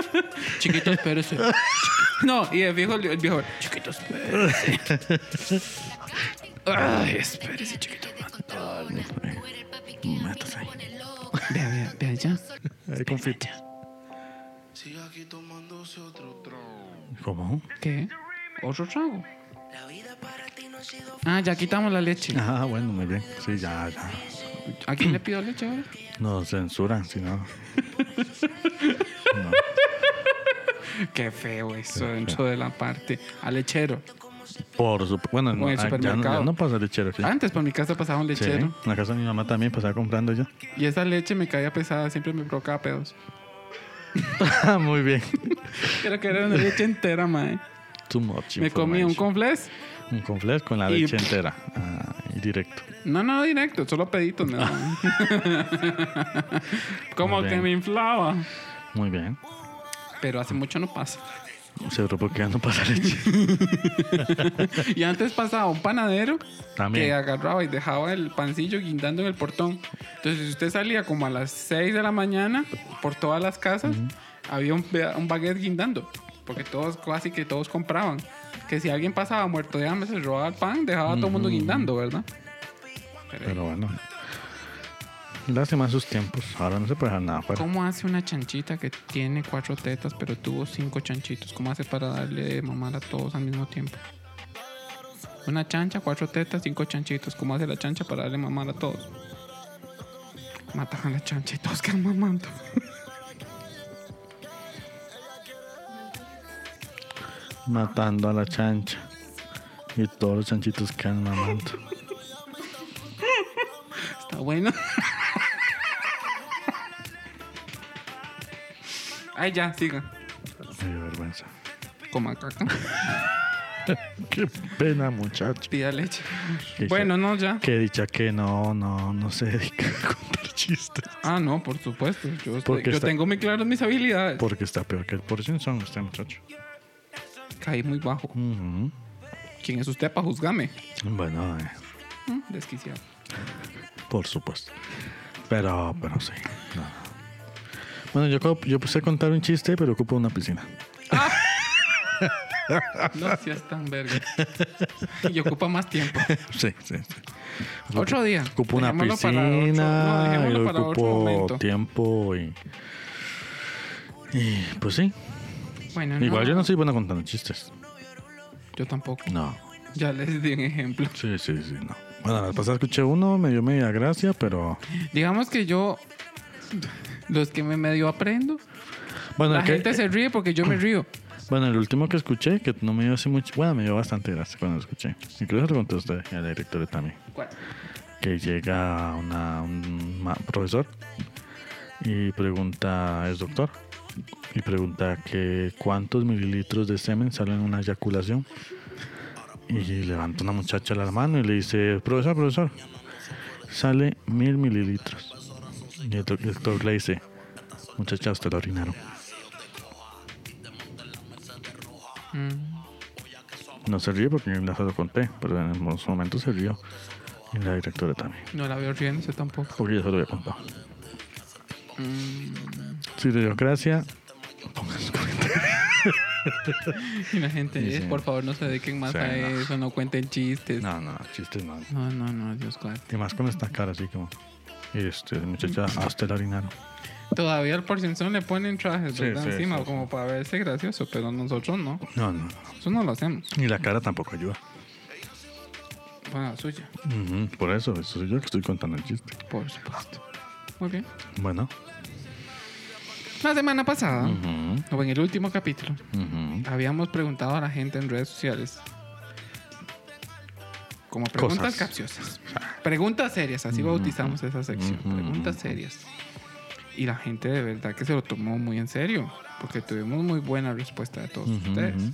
C: Chiquito, espérese. No, y el viejo, el viejo. Chiquito,
B: este.
C: espérese. Ay, espérese, chiquito.
B: Métase ahí.
C: Vea, vea, vea ya.
B: Ahí con Fito.
D: Sigue aquí tomándose otro trago.
B: ¿Cómo?
C: ¿Qué? Otro trago. Ah, ya quitamos la leche.
B: Ah, bueno, muy bien. Sí, ya, ya.
C: ¿A quién le pido leche ahora?
B: No censuran, si no.
C: Qué feo eso dentro de la parte. Al lechero.
B: Por supuesto. Bueno, no,
C: O en el
B: ah, ya no- ya,
C: supermercado. Ah,
B: no pasa lechero aquí.
C: Antes por mi casa pasaba un
B: Sí,
C: lechero.
B: en la casa de mi mamá también pasaba comprando yo.
C: Y esa leche me caía pesada, siempre me provocaba pedos.
B: Ah, muy bien.
C: Creo que era una leche entera, mae.
B: Too much
C: Me comía un
B: information.
C: confles.
B: Un conflés con la
C: Y-
B: leche entera. Ah, y directo.
C: No, no, directo, solo peditos, nada. Como
B: Muy
C: que
B: bien.
C: me inflaba.
B: Muy bien.
C: Pero hace mucho no pasa.
B: Seguro porque ya no pasa leche.
C: Y antes pasaba un panadero que
B: También.
C: agarraba y dejaba el pancillo guindando en el portón. Entonces, si usted salía como a las 6 de la mañana por todas las casas, había un, pe- un baguette guindando, porque todos, casi que todos compraban. Que si alguien pasaba muerto de hambre, se robaba el pan, dejaba a todo el mundo guindando, ¿verdad? Pero,
B: Pero bueno. Lástima sus tiempos. Ahora no se puede dejar nada fuera.
C: ¿Cómo hace una chanchita que tiene cuatro tetas, pero tuvo cinco chanchitos? ¿Cómo hace para darle de mamar a todos al mismo tiempo? Una chancha, cuatro tetas, cinco chanchitos. ¿Cómo hace la chancha para darle mamar a todos? Matan a la chancha y todos quedan mamando.
B: matando a la chancha. Y todos los chanchitos quedan mamando.
C: Está bueno. Ay, ya, siga.
B: Qué vergüenza.
C: Coma caca.
B: Qué pena, muchacho.
C: Pida leche.
B: Qué
C: Bueno, no, ya.
B: Que dicha que no, no, no se dedica a contar chistes.
C: Ah, no, por supuesto. Yo, estoy-
B: Porque
C: yo
B: está-
C: tengo muy claras mis habilidades.
B: Porque está peor que el por son este muchacho.
C: Caí muy bajo.
B: Ujú.
C: ¿Quién es usted para juzgarme?
B: Bueno, eh,
C: Mm, Desquiciado.
B: por supuesto. Pero, pero sí. no, no. Bueno, yo, co- yo puse a contar un chiste, pero ocupo una piscina.
C: No seas tan verga. Y ocupa más tiempo.
B: Sí, sí, sí.
C: Otro día.
B: Ocupo una
C: Dejémoslo para
B: piscina
C: otro- no,
B: y
C: dejémoslo para otro
B: ocupo
C: momento.
B: tiempo y, y, pues sí.
C: Bueno,
B: Igual yo no soy bueno contando chistes.
C: Yo tampoco.
B: No.
C: Ya les di un ejemplo.
B: Sí, sí, sí, no. Bueno, la pasada escuché uno, me dio media gracia, pero
C: Digamos que yo. Los que me medio aprendo.
B: bueno,
C: La
B: el que-
C: gente se ríe porque yo me río.
B: bueno, el último que escuché que no me dio así mucho, bueno, me dio bastante gracia cuando lo escuché. Incluso le conté a usted y a la directora también.
C: ¿Cuál?
B: que llega una, un ma- profesor y pregunta, es doctor, y pregunta que cuántos mililitros de semen salen en una eyaculación. Y levanta una muchacha la mano y le dice, profesor, profesor, sale mil mililitros. Y el doc- el doctor le dice, muchacha, usted la orinaron.
C: Mm.
B: No se ríe porque yo se lo conté, pero en el su momento se rió. Y la directora también,
C: No la veo riéndose tampoco.
B: porque yo se lo había contado.
C: Mm.
B: Si le dio gracia,
C: Y la gente,
B: Sí,
C: eh,
B: sí.
C: por favor, no se dediquen más
B: Sí,
C: a
B: no.
C: eso, no cuenten chistes. No,
B: no, no, chistes mal.
C: no, no, Dios cuál.
B: Y más con esta cara así como. Este, muchacha, hasta el harinero.
C: Todavía al porcenzón le ponen trajes,
B: Sí,
C: ¿verdad?
B: sí,
C: Encima,
B: sí, sí.
C: como para verse gracioso, pero nosotros no.
B: No, no.
C: Eso no lo hacemos.
B: Y la cara tampoco ayuda.
C: Bueno, la suya,
B: Ujú, por eso, eso soy yo que estoy contando el chiste.
C: por supuesto. Muy bien.
B: Bueno.
C: La semana pasada,
B: Ujú,
C: o en el último capítulo,
B: ujú.
C: habíamos preguntado a la gente en redes sociales. Como preguntas
B: Cosas. Mm,
C: capciosas. Preguntas serias, así bautizamos esa sección.
B: ujú,
C: Preguntas serias. Y la gente de verdad que se lo tomó muy en serio, porque tuvimos muy buena respuesta de todos
B: Ujú,
C: ustedes.
B: ujú.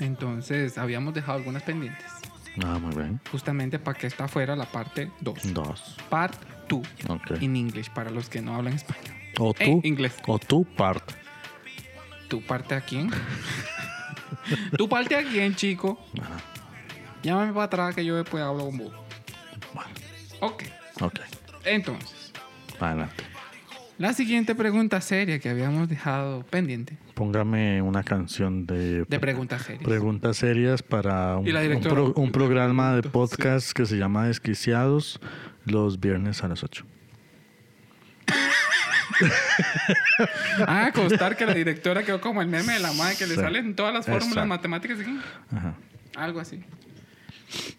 C: Entonces, habíamos dejado algunas pendientes,
B: Ah, muy bien.
C: justamente para que esta fuera la parte 2.
B: Dos.
C: Part 2
B: Ok.
C: in English, para los que no hablan español.
B: O
C: Eh,
B: tú.
C: inglés.
B: o tú part.
C: ¿Tu parte a quién? ¿Tu parte a quién, chico?
B: Ajá.
C: Llámame para atrás que yo después hablo con vos.
B: Bueno,
C: Ok,
B: ok.
C: entonces,
B: Adelante.
C: la siguiente pregunta seria que habíamos dejado pendiente.
B: Póngame una canción de.
C: De preguntas serias.
B: Preguntas serias para un,
C: Y la
B: un
C: directora.
B: pro- un programa de podcast que se llama Desquiciados los viernes a las 8.
C: ah, constar que la directora quedó como el meme de la madre que le
B: Sí.
C: salen todas las fórmulas
B: Exacto.
C: matemáticas. ¿sí?
B: Ajá.
C: Algo así.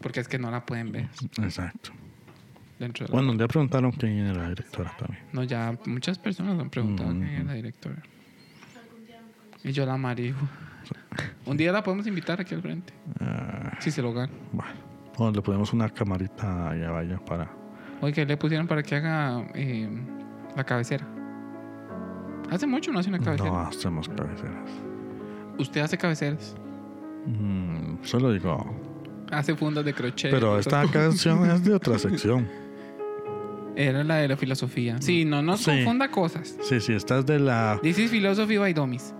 C: Porque es que no la pueden ver
B: Exacto.
C: dentro de la-
B: Bueno, le preguntaron quién era la directora también.
C: No, ya muchas personas han preguntado quién es la directora. Y yo la marijo. Un día la podemos invitar aquí al frente.
B: Ah,
C: Si se lo gana.
B: bueno, Bueno, le ponemos una camarita allá vaya para...
C: Oye, que le pusieron para que haga eh, la cabecera. Hace mucho no hace una
B: No
C: cabecera.
B: hacemos cabeceras.
C: Usted hace cabeceras.
B: Mm, solo digo...
C: Hace fundas de crochet.
B: Pero esta canción es de otra sección.
C: Era la de la filosofía. Sí, no nos
B: Sí.
C: confunda cosas.
B: Sí, sí, esta es de la...
C: This is philosophy by dummies.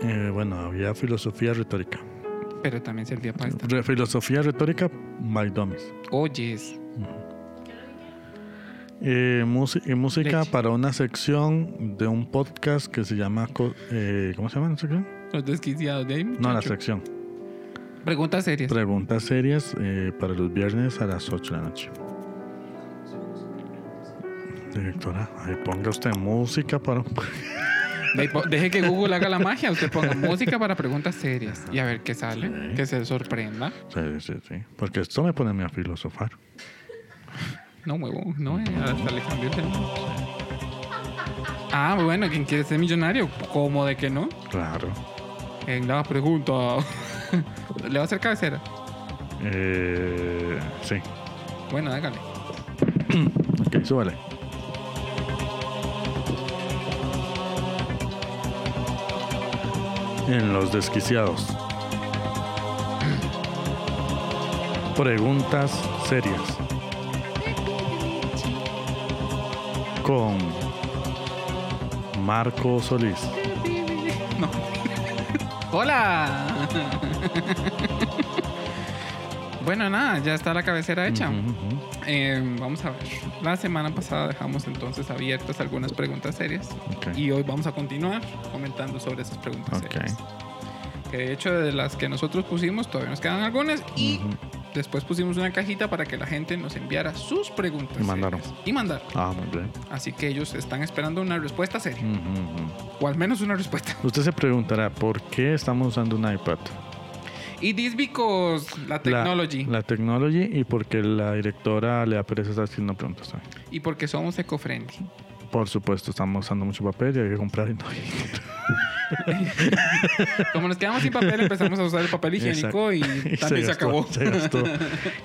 B: eh, bueno, había filosofía retórica.
C: Pero también servía para esta.
B: Re- filosofía retórica by Dummies.
C: Oyes.
B: Eh, músi- y música
C: Leche.
B: para una sección de un podcast que se llama... co- eh, ¿Cómo se llama la sección?
C: Los desquiciados de ahí.
B: No, la
C: muchacho.
B: sección.
C: Preguntas serias.
B: Preguntas serias eh, para los viernes a las 8 de la noche. Directora, ahí ponga usted música para...
C: De- po- Deje que Google haga la magia. Usted ponga música para preguntas serias. Y a ver qué sale.
B: Sí.
C: Que se sorprenda.
B: Sí, sí, sí. Porque esto me pone a mí a filosofar.
C: No, huevón, no, eh, hasta le cambió el nombre. Ah, bueno, quien quiere ser millonario, ¿cómo de que no?
B: Claro.
C: en la pregunta. ¿Le va a hacer cabecera?
B: Eh, sí.
C: Bueno, hágale.
B: Ok, súbale. En los desquiciados. Preguntas serias. Con Marco Solís.
C: ¡Hola! bueno, nada, ya está la cabecera hecha.
B: Ujú, ujú.
C: Eh, vamos a ver. La semana pasada dejamos entonces abiertas algunas preguntas serias.
B: Ok.
C: Y hoy vamos a continuar comentando sobre esas preguntas
B: Ok.
C: serias. Que de hecho, de las que nosotros pusimos, todavía nos quedan algunas. Y
B: Ujú.
C: después pusimos una cajita para que la gente nos enviara sus preguntas.
B: Y mandaron.
C: serias. Y mandar.
B: Ah, muy bien.
C: Así que ellos están esperando una respuesta seria.
B: Ujú, ujú.
C: O al menos una respuesta.
B: Usted se preguntará, ¿por qué estamos usando un iPad?
C: Y this because la
B: La-
C: technology.
B: La, technology y porque la directora le aparece estar haciendo preguntas también.
C: Y porque somos eco-friendly.
B: Por supuesto, estamos usando mucho papel y hay que comprar y no hay.
C: Como nos quedamos sin papel, empezamos a usar el papel higiénico y también se,
B: gastó,
C: acabó.
B: se gastó.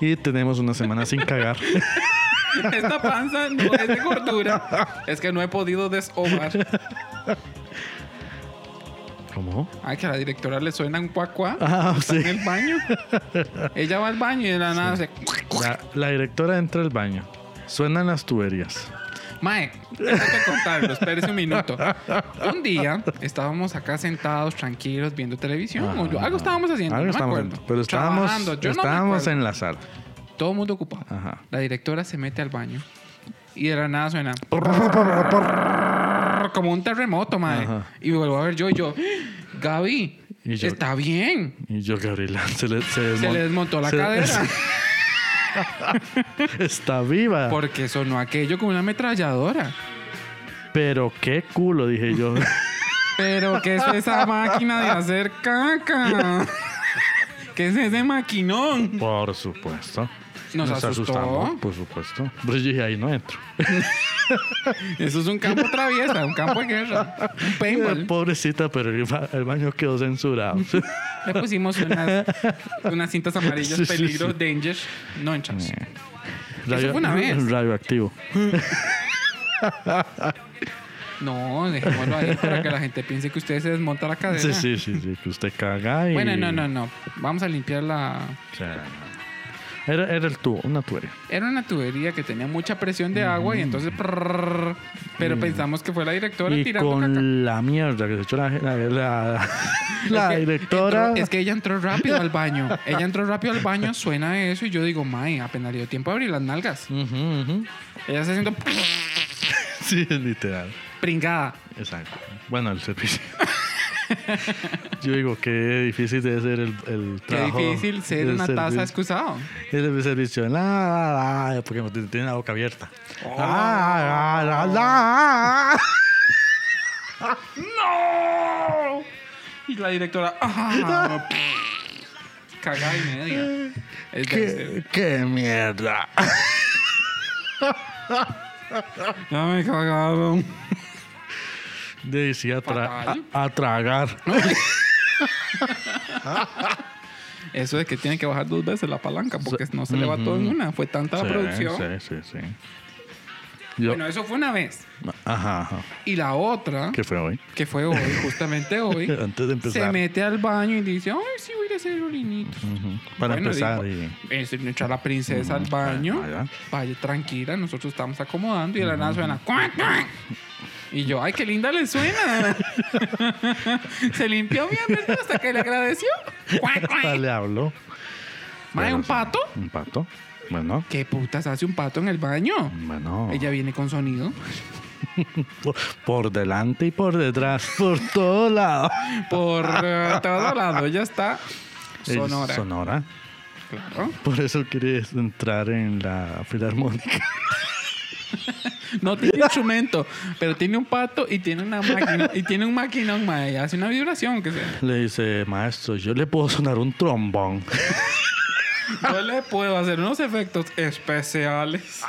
B: Y tenemos una semana sin cagar.
C: Esta panza no es de gordura. Es que no he podido desovar.
B: ¿Cómo?
C: Ay, que a la directora le suena un cuacuá.
B: Ah,
C: Está
B: sí.
C: en el baño. Ella va al baño y de la nada se.
B: La, la directora entra al baño. Suenan las tuberías.
C: Mae, tengo que contarlo, espérese un minuto. Un día estábamos acá sentados, tranquilos, viendo televisión. o yo- algo estábamos haciendo,
B: Ah, Algo
C: no
B: estábamos
C: me acuerdo.
B: haciendo, Pero estábamos,
C: Trabajando, yo no me
B: estábamos
C: acuerdo.
B: en la sala.
C: Todo el mundo ocupado.
B: Ajá.
C: La directora se mete al baño y de la nada suena como un terremoto, madre.
B: Ajá.
C: Y vuelvo a ver yo y yo, Gaby,
B: Y yo-
C: está bien.
B: Y yo, Gabriela, se le, se
C: Se
B: desmon-
C: le desmontó la
B: se-
C: cadera
B: Está viva.
C: porque sonó aquello como una ametralladora.
B: Pero qué culo, dije yo.
C: Pero ¿qué es esa máquina de hacer caca? ¿Qué es ese maquinón?
B: Por supuesto.
C: Nos asustó.
B: por supuesto. Pero Pues yo dije, ahí no entro.
C: Eso es un campo traviesa, un campo de guerra, un paintball.
B: Pobrecita, pero el, ba- el baño quedó censurado.
C: Le pusimos unas, unas cintas amarillas,
B: Sí, sí,
C: peligro,
B: sí. Eh.
C: danger, no en chance. fue
B: Radio-
C: una vez.
B: Radioactivo.
C: No, dejémoslo ahí para que la gente piense que usted se desmonta la cadena.
B: Sí, sí, sí, sí, que usted caga y...
C: Bueno, no, no, no. Vamos a limpiar la...
B: O sea, era, era el tubo, una tubería.
C: Era una tubería que tenía mucha presión de agua y entonces... prrrr, pero pensamos que fue la directora
B: Y
C: tirando
B: con
C: caca.
B: la mierda que se echó la, la, la- la
C: Es que
B: directora...
C: entró- es que ella entró rápido al baño. Ella entró rápido al baño, suena eso y yo digo, mae, apenas le dio tiempo a abrir las nalgas.
B: Ujú, ujú.
C: Ella se siente
B: Sí, literal.
C: pringada.
B: Exacto. Bueno, el servicio. Yo digo, qué difícil debe ser el, el
C: Qué
B: trabajo.
C: difícil ser
B: del
C: una taza
B: servicio.
C: excusado.
B: El servicio, la, la, la, porque te- tiene la boca abierta.
C: Oh.
B: La, la, la, la.
C: ¡No! Y la directora... ¡Ah! Cagada y media. Es
B: ¿Qué, qué mierda.
C: Ya me cagaron.
B: Decía tra-
C: Fatal.
B: a, a tragar.
C: Eso es que tiene que bajar dos veces la palanca porque no se le va todo en una. Fue tanta la producción.
B: Sí, sí, sí. Yo,
C: Bueno, eso fue una vez.
B: ajá, ajá.
C: Y la otra,
B: ¿Qué fue hoy?
C: que fue hoy, justamente hoy,
B: Antes de
C: se
B: empezar.
C: mete al baño y dice, ay, sí, voy a ir a hacer orinitos.
B: Ujú. Mm, Para
C: Bueno,
B: empezar.
C: digo,
B: y- Mm,
C: es- Entra la princesa al baño.
B: vaya.
C: Vaya, tranquila, nosotros estamos acomodando y de la nada suena. "Cuac, cuac". Y yo, ay, qué linda le suena. se limpió bien, ¿verdad? Hasta que le agradeció. Cuac, cuac.
B: Hasta le habló.
C: Mae, un pato.
B: Un pato. Bueno,
C: ¿Qué putas hace un pato en el baño?
B: bueno.
C: Ella viene con sonido.
B: Por, por delante y por detrás, por todo lado.
C: Por eh, todo lado, ya está.
B: Es
C: Sonora.
B: Sonora.
C: Claro.
B: Por eso quieres entrar en la filarmónica.
C: No tiene instrumento, pero tiene un pato y tiene una máquina. Y tiene un maquinón, mae. Hace una vibración que sea.
B: Le dice, maestro, yo le puedo sonar un trombón.
C: Yo le puedo hacer unos efectos especiales.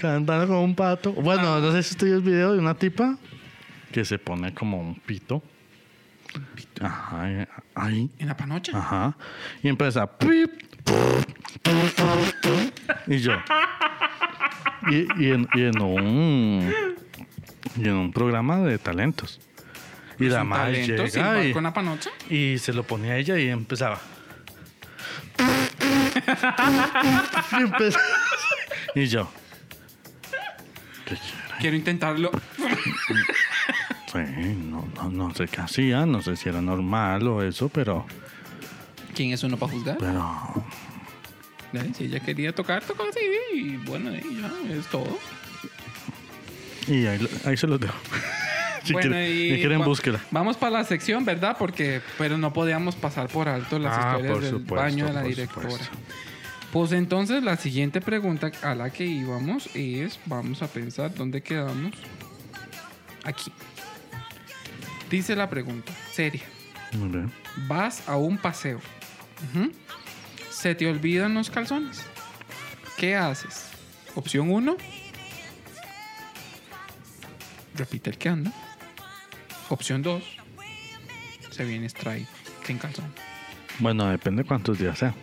B: Cantando como un pato. Bueno, no sé si usted vio el video de una tipa que se pone como un pito. Ajá, eh, ay,
C: ¿En la panocha?
B: ajá. Y empieza. pip, puf, puf, puf, puf, Y yo. Y, y en, y en un. y en un programa de talentos. Y la
C: ¿Sin
B: madre
C: talento, sin
B: llega
C: par
B: y,
C: con la panocha?
B: y se lo ponía a ella y empezaba. y, empe- y yo. ¿Qué quiere?
C: Quiero intentarlo.
B: Sí, no, no, no sé qué hacía, no sé si era normal o eso, pero.
C: ¿Quién es uno para juzgar?
B: Pero.
C: Dale, si ella quería tocar, tocó así. Y bueno, ahí ya es todo.
B: Y ahí, lo- ahí se los dejo. si
C: bueno,
B: quieren,
C: y
B: si quieren
C: va-
B: búsquela.
C: Vamos para la sección, ¿verdad? Porque, pero no podíamos pasar por alto las
B: Ah,
C: historias
B: por
C: del
B: supuesto,
C: baño de la
B: por
C: directora.
B: supuesto.
C: Pues entonces la siguiente pregunta a la que íbamos es, vamos a pensar dónde quedamos. Aquí. Dice la pregunta, seria.
B: Muy bien.
C: Vas a un paseo. Ujú. Se te olvidan los calzones. ¿Qué haces? Opción 1. Repite el que anda. Opción 2. Se viene strike sin calzón.
B: Bueno, depende cuántos días sea.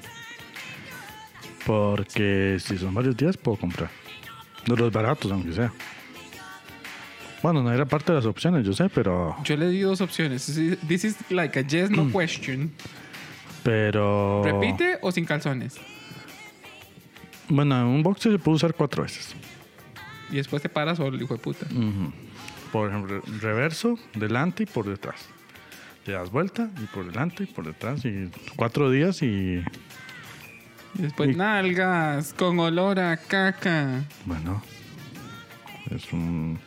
B: Porque si son varios días, puedo comprar. De los baratos, aunque sea. Bueno, no era parte de las opciones, yo sé, pero.
C: Yo le di dos opciones. This is like a yes no question.
B: Pero.
C: ¿Repite o sin calzones?
B: Bueno, un boxer se puede usar cuatro veces.
C: Y después te paras solo, hijo de puta.
B: Ujú. Por ejemplo, reverso, delante y por detrás. Te das vuelta y por delante y por detrás. Y cuatro días y.
C: Y después
B: Y-
C: nalgas con olor a caca.
B: Bueno, es un,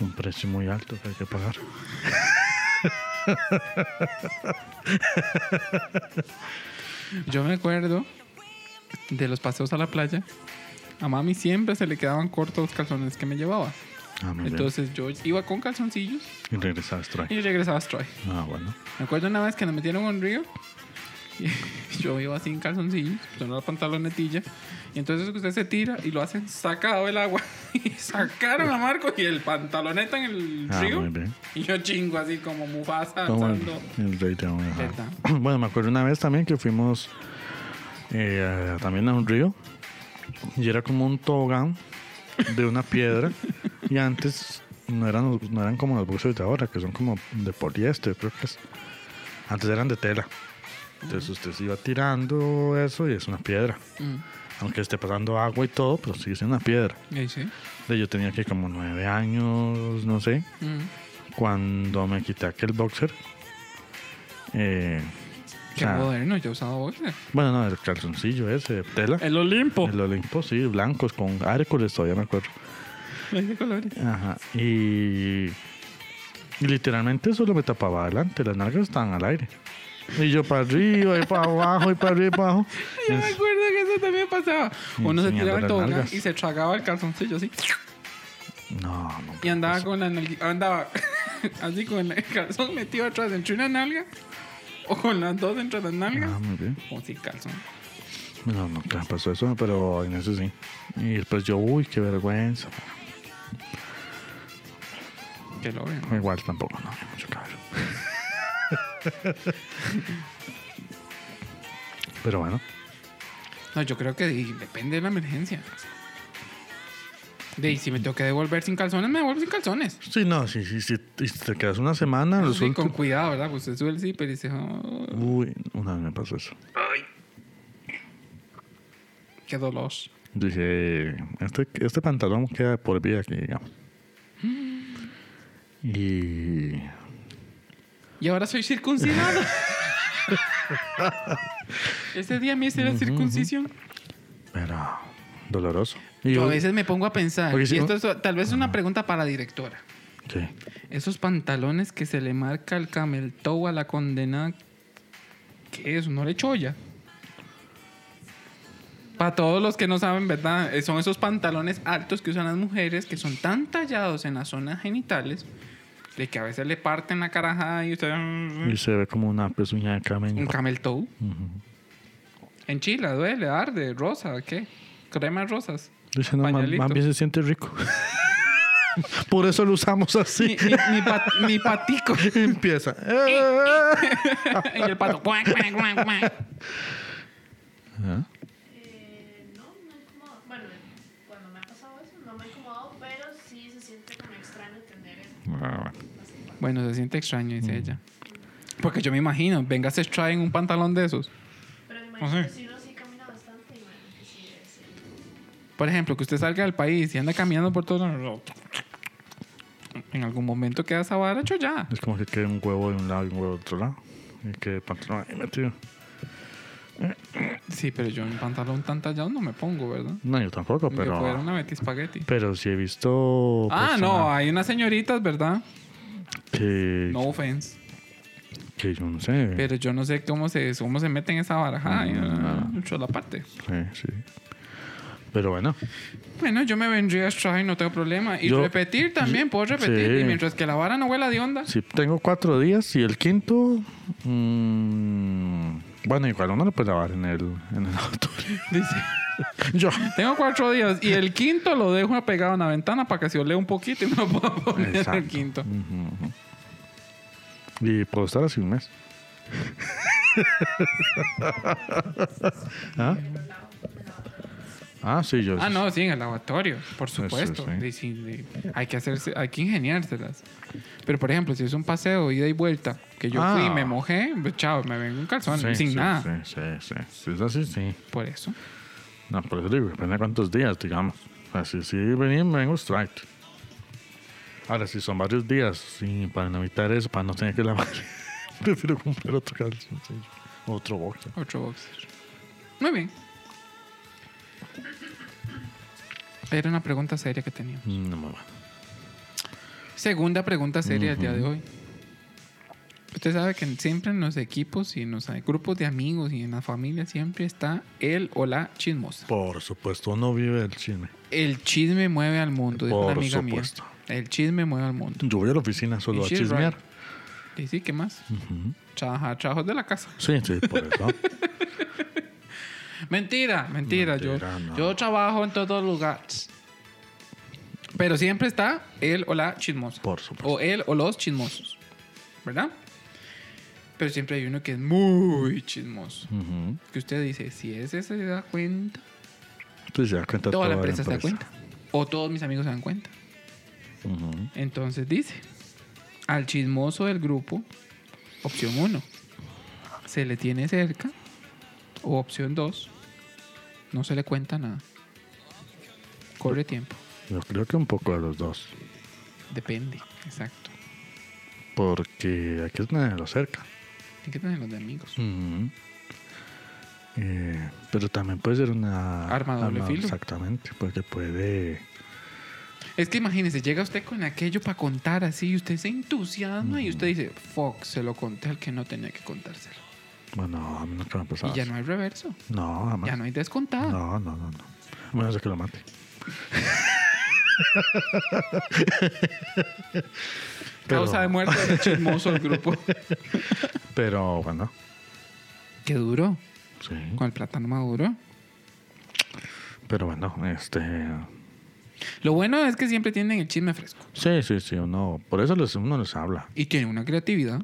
B: un precio muy alto que hay que pagar.
C: Yo me acuerdo de los paseos a la playa. A mami siempre se le quedaban cortos los calzones que me llevaba.
B: Ah, muy bien.
C: Entonces yo iba con calzoncillos
B: Y regresabas trae.
C: y regresaba a Stroy.
B: Ah, bueno.
C: Me acuerdo una vez que nos metieron a un río. Y yo iba sin calzoncillos, solo la pantalonetilla. Y entonces usted se tira y lo hacen sacado el agua. Y sacaron a Marco y el pantaloneta en el
B: Ah,
C: río. Ah,
B: muy bien.
C: Y yo chingo así como Mufasa
B: Como el,
C: alzando.
B: el rey león, ajá.
C: ¿Verdad?
B: Bueno, me acuerdo una vez también que fuimos eh, a- también a un río y era como un tobogán de una piedra y antes no eran, los- no eran como los buses de ahora, que son como de poliéster, creo que es. Antes eran de tela. Entonces usted se iba tirando eso y es una piedra.
C: Mm.
B: Aunque esté pasando agua y todo, pero sigue siendo una piedra.
C: Y ahí sí.
B: De Yo tenía que como nueve años, no sé
C: Mm.
B: cuando me quité aquel boxer. eh, o
C: Qué
B: sea,
C: moderno, yo usaba boxer.
B: bueno, no, el calzoncillo ese de tela.
C: El Olimpo.
B: El Olimpo, sí, blancos con árcoles, todavía me acuerdo.
C: de colores.
B: Ajá. Y, y literalmente solo me tapaba adelante, las nalgas estaban al aire. Y yo para arriba y para abajo y para arriba y para abajo.
C: Yo me
B: Es-
C: acuerdo que eso también pasaba.
B: Y
C: Uno se
B: enseñando
C: tiraba el
B: las
C: tobogán
B: nalgas.
C: y se tragaba el calzoncillo así.
B: No, no.
C: Y andaba con la nalga- andaba así con el calzón metido atrás entre una nalga o con las dos entre las nalgas
B: Ah, muy bien.
C: o sin calzón.
B: No, nunca me pasó eso, pero en eso sí. Y después yo, uy, qué vergüenza.
C: Que lo vean.
B: Igual tampoco, no, había mucho cabello. Pero bueno,
C: No, yo creo que di- depende de la emergencia. De y si me tengo que devolver sin calzones, me devuelvo sin calzones.
B: sí, no, sí, sí, sí. y si te quedas una semana,
C: Eso
B: los
C: Sí, con
B: últimos.
C: cuidado, ¿verdad? Pues usted sube el zipper y dice, "Oh,
B: Uy, una vez me pasó eso.
C: qué dolor.
B: Dije, este, este pantalón queda por vida aquí, digamos. Mm. Y.
C: Y ahora soy circuncidado. Ese día me hice la circuncisión.
B: Pero. Doloroso. Y
C: Yo a veces me pongo a pensar,
B: Porque si
C: y
B: no-
C: esto es- tal vez es una pregunta para la directora.
B: ¿Qué?
C: Esos pantalones que se le marca el camel toe a la condenada, ¿qué es? ¿No le cholla? Para todos los que no saben, ¿verdad? Eh, Son esos pantalones altos que usan las mujeres que son tan tallados en las zonas genitales de que a veces le parten la carajada y usted... mm,
B: Y se ve como una pezuña de
C: Un
B: camen.
C: camel toe. En Chile, duele, arde, rosa, ¿qué? Cremas rosas.
B: Dice, no, más,
C: pañalito.
B: más bien se siente rico. Por eso lo usamos
C: Mi,
B: así.
C: mi- mi pat- mi patico.
B: Empieza.
C: y el pato. cuac, cuac, cuac, cuac.
B: Ajá.
F: Eh, no, no he incomodado. Bueno, cuando me ha pasado eso, no me he incomodado, pero sí se siente como extraño tener eso.
C: Bueno, se siente extraño,
B: Mm.
C: dice ella. Porque yo me imagino, venga, se extrae en un pantalón de esos.
F: Pero me imagino que si uno sí camina bastante, imagino que sí debe ser.
C: Por ejemplo, que usted salga del país y anda caminando por todo. En algún momento queda esa vara ya.
B: Es como que quede un huevo de un lado y un huevo de otro lado. Y que el pantalón ahí metido.
C: Sí, pero yo en pantalón tan tallado no me pongo, ¿verdad?
B: No, yo tampoco,
C: Pero... Que fuera
B: pero.
C: una Betty Spaghetti.
B: Pero sí he visto.
C: Ah,
B: personas
C: no, hay unas señoritas, ¿verdad?
B: Que,
C: No offense.
B: que yo no sé.
C: Pero yo no sé cómo se, cómo se meten esa baraja.
B: Ah.
C: Mucho la parte.
B: Sí, sí. Pero bueno.
C: Bueno, yo me vendría a extraer, no tengo problema. Y
B: Yo-
C: repetir también, puedo repetir.
B: Sí.
C: Y mientras que la vara no huela de onda.
B: Si tengo cuatro días y el quinto. mm, bueno, igual uno lo puede lavar en el, en el auto.
C: Dice,
B: Yo.
C: tengo cuatro días. Y el quinto lo dejo pegado en la ventana para que se olea un poquito y me lo puedo poner el
B: Exacto. Pues
C: quinto.
B: Ujú, ujú. Y puedo estar así un mes. ¿Ah? Ah, sí, yo.
C: Ah, no, sí, en el lavatorio, por supuesto.
B: sí.
C: Y sí, de- hay que hacerse, hay que ingeniárselas. Pero por ejemplo, si es un paseo, ida y vuelta, que yo fui y
B: Ah.
C: me mojé, pues, chao, me vengo un calzón,
B: Sí,
C: sin
B: sí,
C: nada.
B: Sí, sí, sí. Si es así, sí.
C: Por eso.
B: No, por eso digo, depende de cuántos días, digamos. O sea, si, si venía, me vengo straight. Ahora, si son varios días, sí, para no evitar eso, para no tener que lavar, prefiero comprar otro calzoncillo. Otro boxer.
C: Otro boxer. Muy bien. Era una pregunta seria que tenía.
B: Mm, No me va.
C: Segunda pregunta seria del día de hoy. Usted sabe que siempre en los equipos y en los grupos de amigos y en la familia siempre está el o la chismosa.
B: Por supuesto, no vive el cine.
C: El chisme mueve al mundo, dijo una
B: Por
C: amiga
B: supuesto.
C: mía. El chisme mueve al mundo.
B: Yo voy a la oficina solo
C: Y
B: a
C: she's
B: chismear.
C: right. Y sí, ¿qué más? Trabajar trabajos de la casa.
B: Sí, sí, por eso.
C: Mentira, mentira.
B: Mentira,
C: yo,
B: no.
C: yo trabajo en todos los lugares. Pero siempre está él o la chismosa.
B: Por supuesto.
C: O él o los chismosos. ¿Verdad? Pero siempre hay uno que es muy chismoso.
B: Ujú.
C: Que usted dice, si ese se da cuenta,
B: Entonces se da cuenta
C: toda la empresa
B: empresa
C: se da cuenta. O todos mis amigos se dan cuenta.
B: Ujú.
C: Entonces dice, al chismoso del grupo, opción 1, se le tiene cerca, o opción 2, no se le cuenta nada. Corre tiempo,
B: Yo creo que un poco de los dos.
C: depende, exacto.
B: Porque hay que tenerlo cerca.
C: Tiene que tener los de amigos.
B: Ujú. Eh, pero también puede ser una
C: Arma doble filo.
B: Exactamente, porque puede.
C: Es que imagínese, llega usted con aquello para contar así, y usted se entusiasma y usted dice, fuck, se lo conté al que no tenía que contárselo.
B: Bueno, a mí nunca me ha pasado.
C: Y ya
B: eso.
C: no hay reverso,
B: no, jamás.
C: ya no Ah. hay descontada.
B: No, no, no, no. A menos de que lo mate. pero,
C: Causa de muerte del chismoso del grupo.
B: pero bueno,
C: Qué duro,
B: sí.
C: con el plátano maduro.
B: Pero bueno, este.
C: Lo bueno es que siempre tienen el chisme fresco
B: Sí, sí, sí, uno. Por eso les, uno les habla.
C: y tienen una creatividad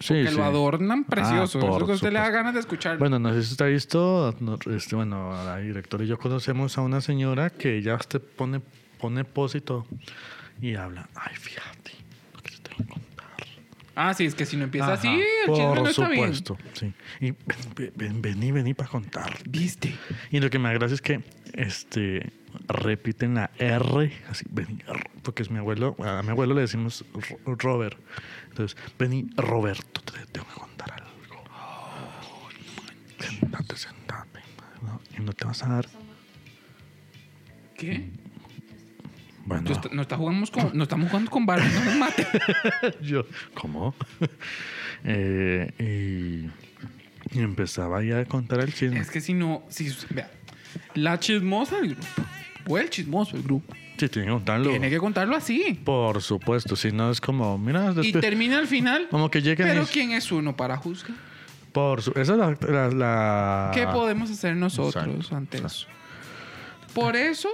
B: Sí,
C: que
B: sí. Ah,
C: lo adornan precioso.
B: por
C: Eso que a usted le da
B: supuesto.
C: ganas de escucharlo.
B: Bueno, no sé si usted ha visto, no, este, bueno, la directora y yo conocemos a una señora que ya usted pone, pone pos y todo y habla, ay, fíjate, lo que te voy a contar.
C: ah, sí, es que si no empieza así,
B: Ajá,
C: el chisme
B: Por
C: no está bien.
B: supuesto, sí. Y ven- ven- vení, vení para contar.
C: ¿Viste?
B: Y lo que me agrada es que este, repiten la R, así, vení, R, porque es mi abuelo, a mi abuelo le decimos Ro- Robert. Entonces, vení, Roberto, te tengo que contar algo. Sentate, sentate. ¿no? Y no te vas a dar.
C: ¿Qué?
B: Mm, Bueno,
C: No, está- no está jugando con, no estamos jugando con barro, no nos mate.
B: yo, ¿cómo? Eh, y, y empezaba ya a contar el chisme.
C: es que si no, si vea, la chismosa del grupo o el chismoso del grupo
B: Sí, tiene que contarlo.
C: tiene que contarlo así
B: Por supuesto, si no es como, mira,
C: y
B: después.
C: termina al final.
B: Como que llegan
C: Pero
B: y-
C: quién es uno para juzgar?
B: Por su, esa es la, la- la-
C: ¿Qué podemos hacer nosotros
B: Ah, Exacto,
C: ante
B: exacto.
C: eso? Por eso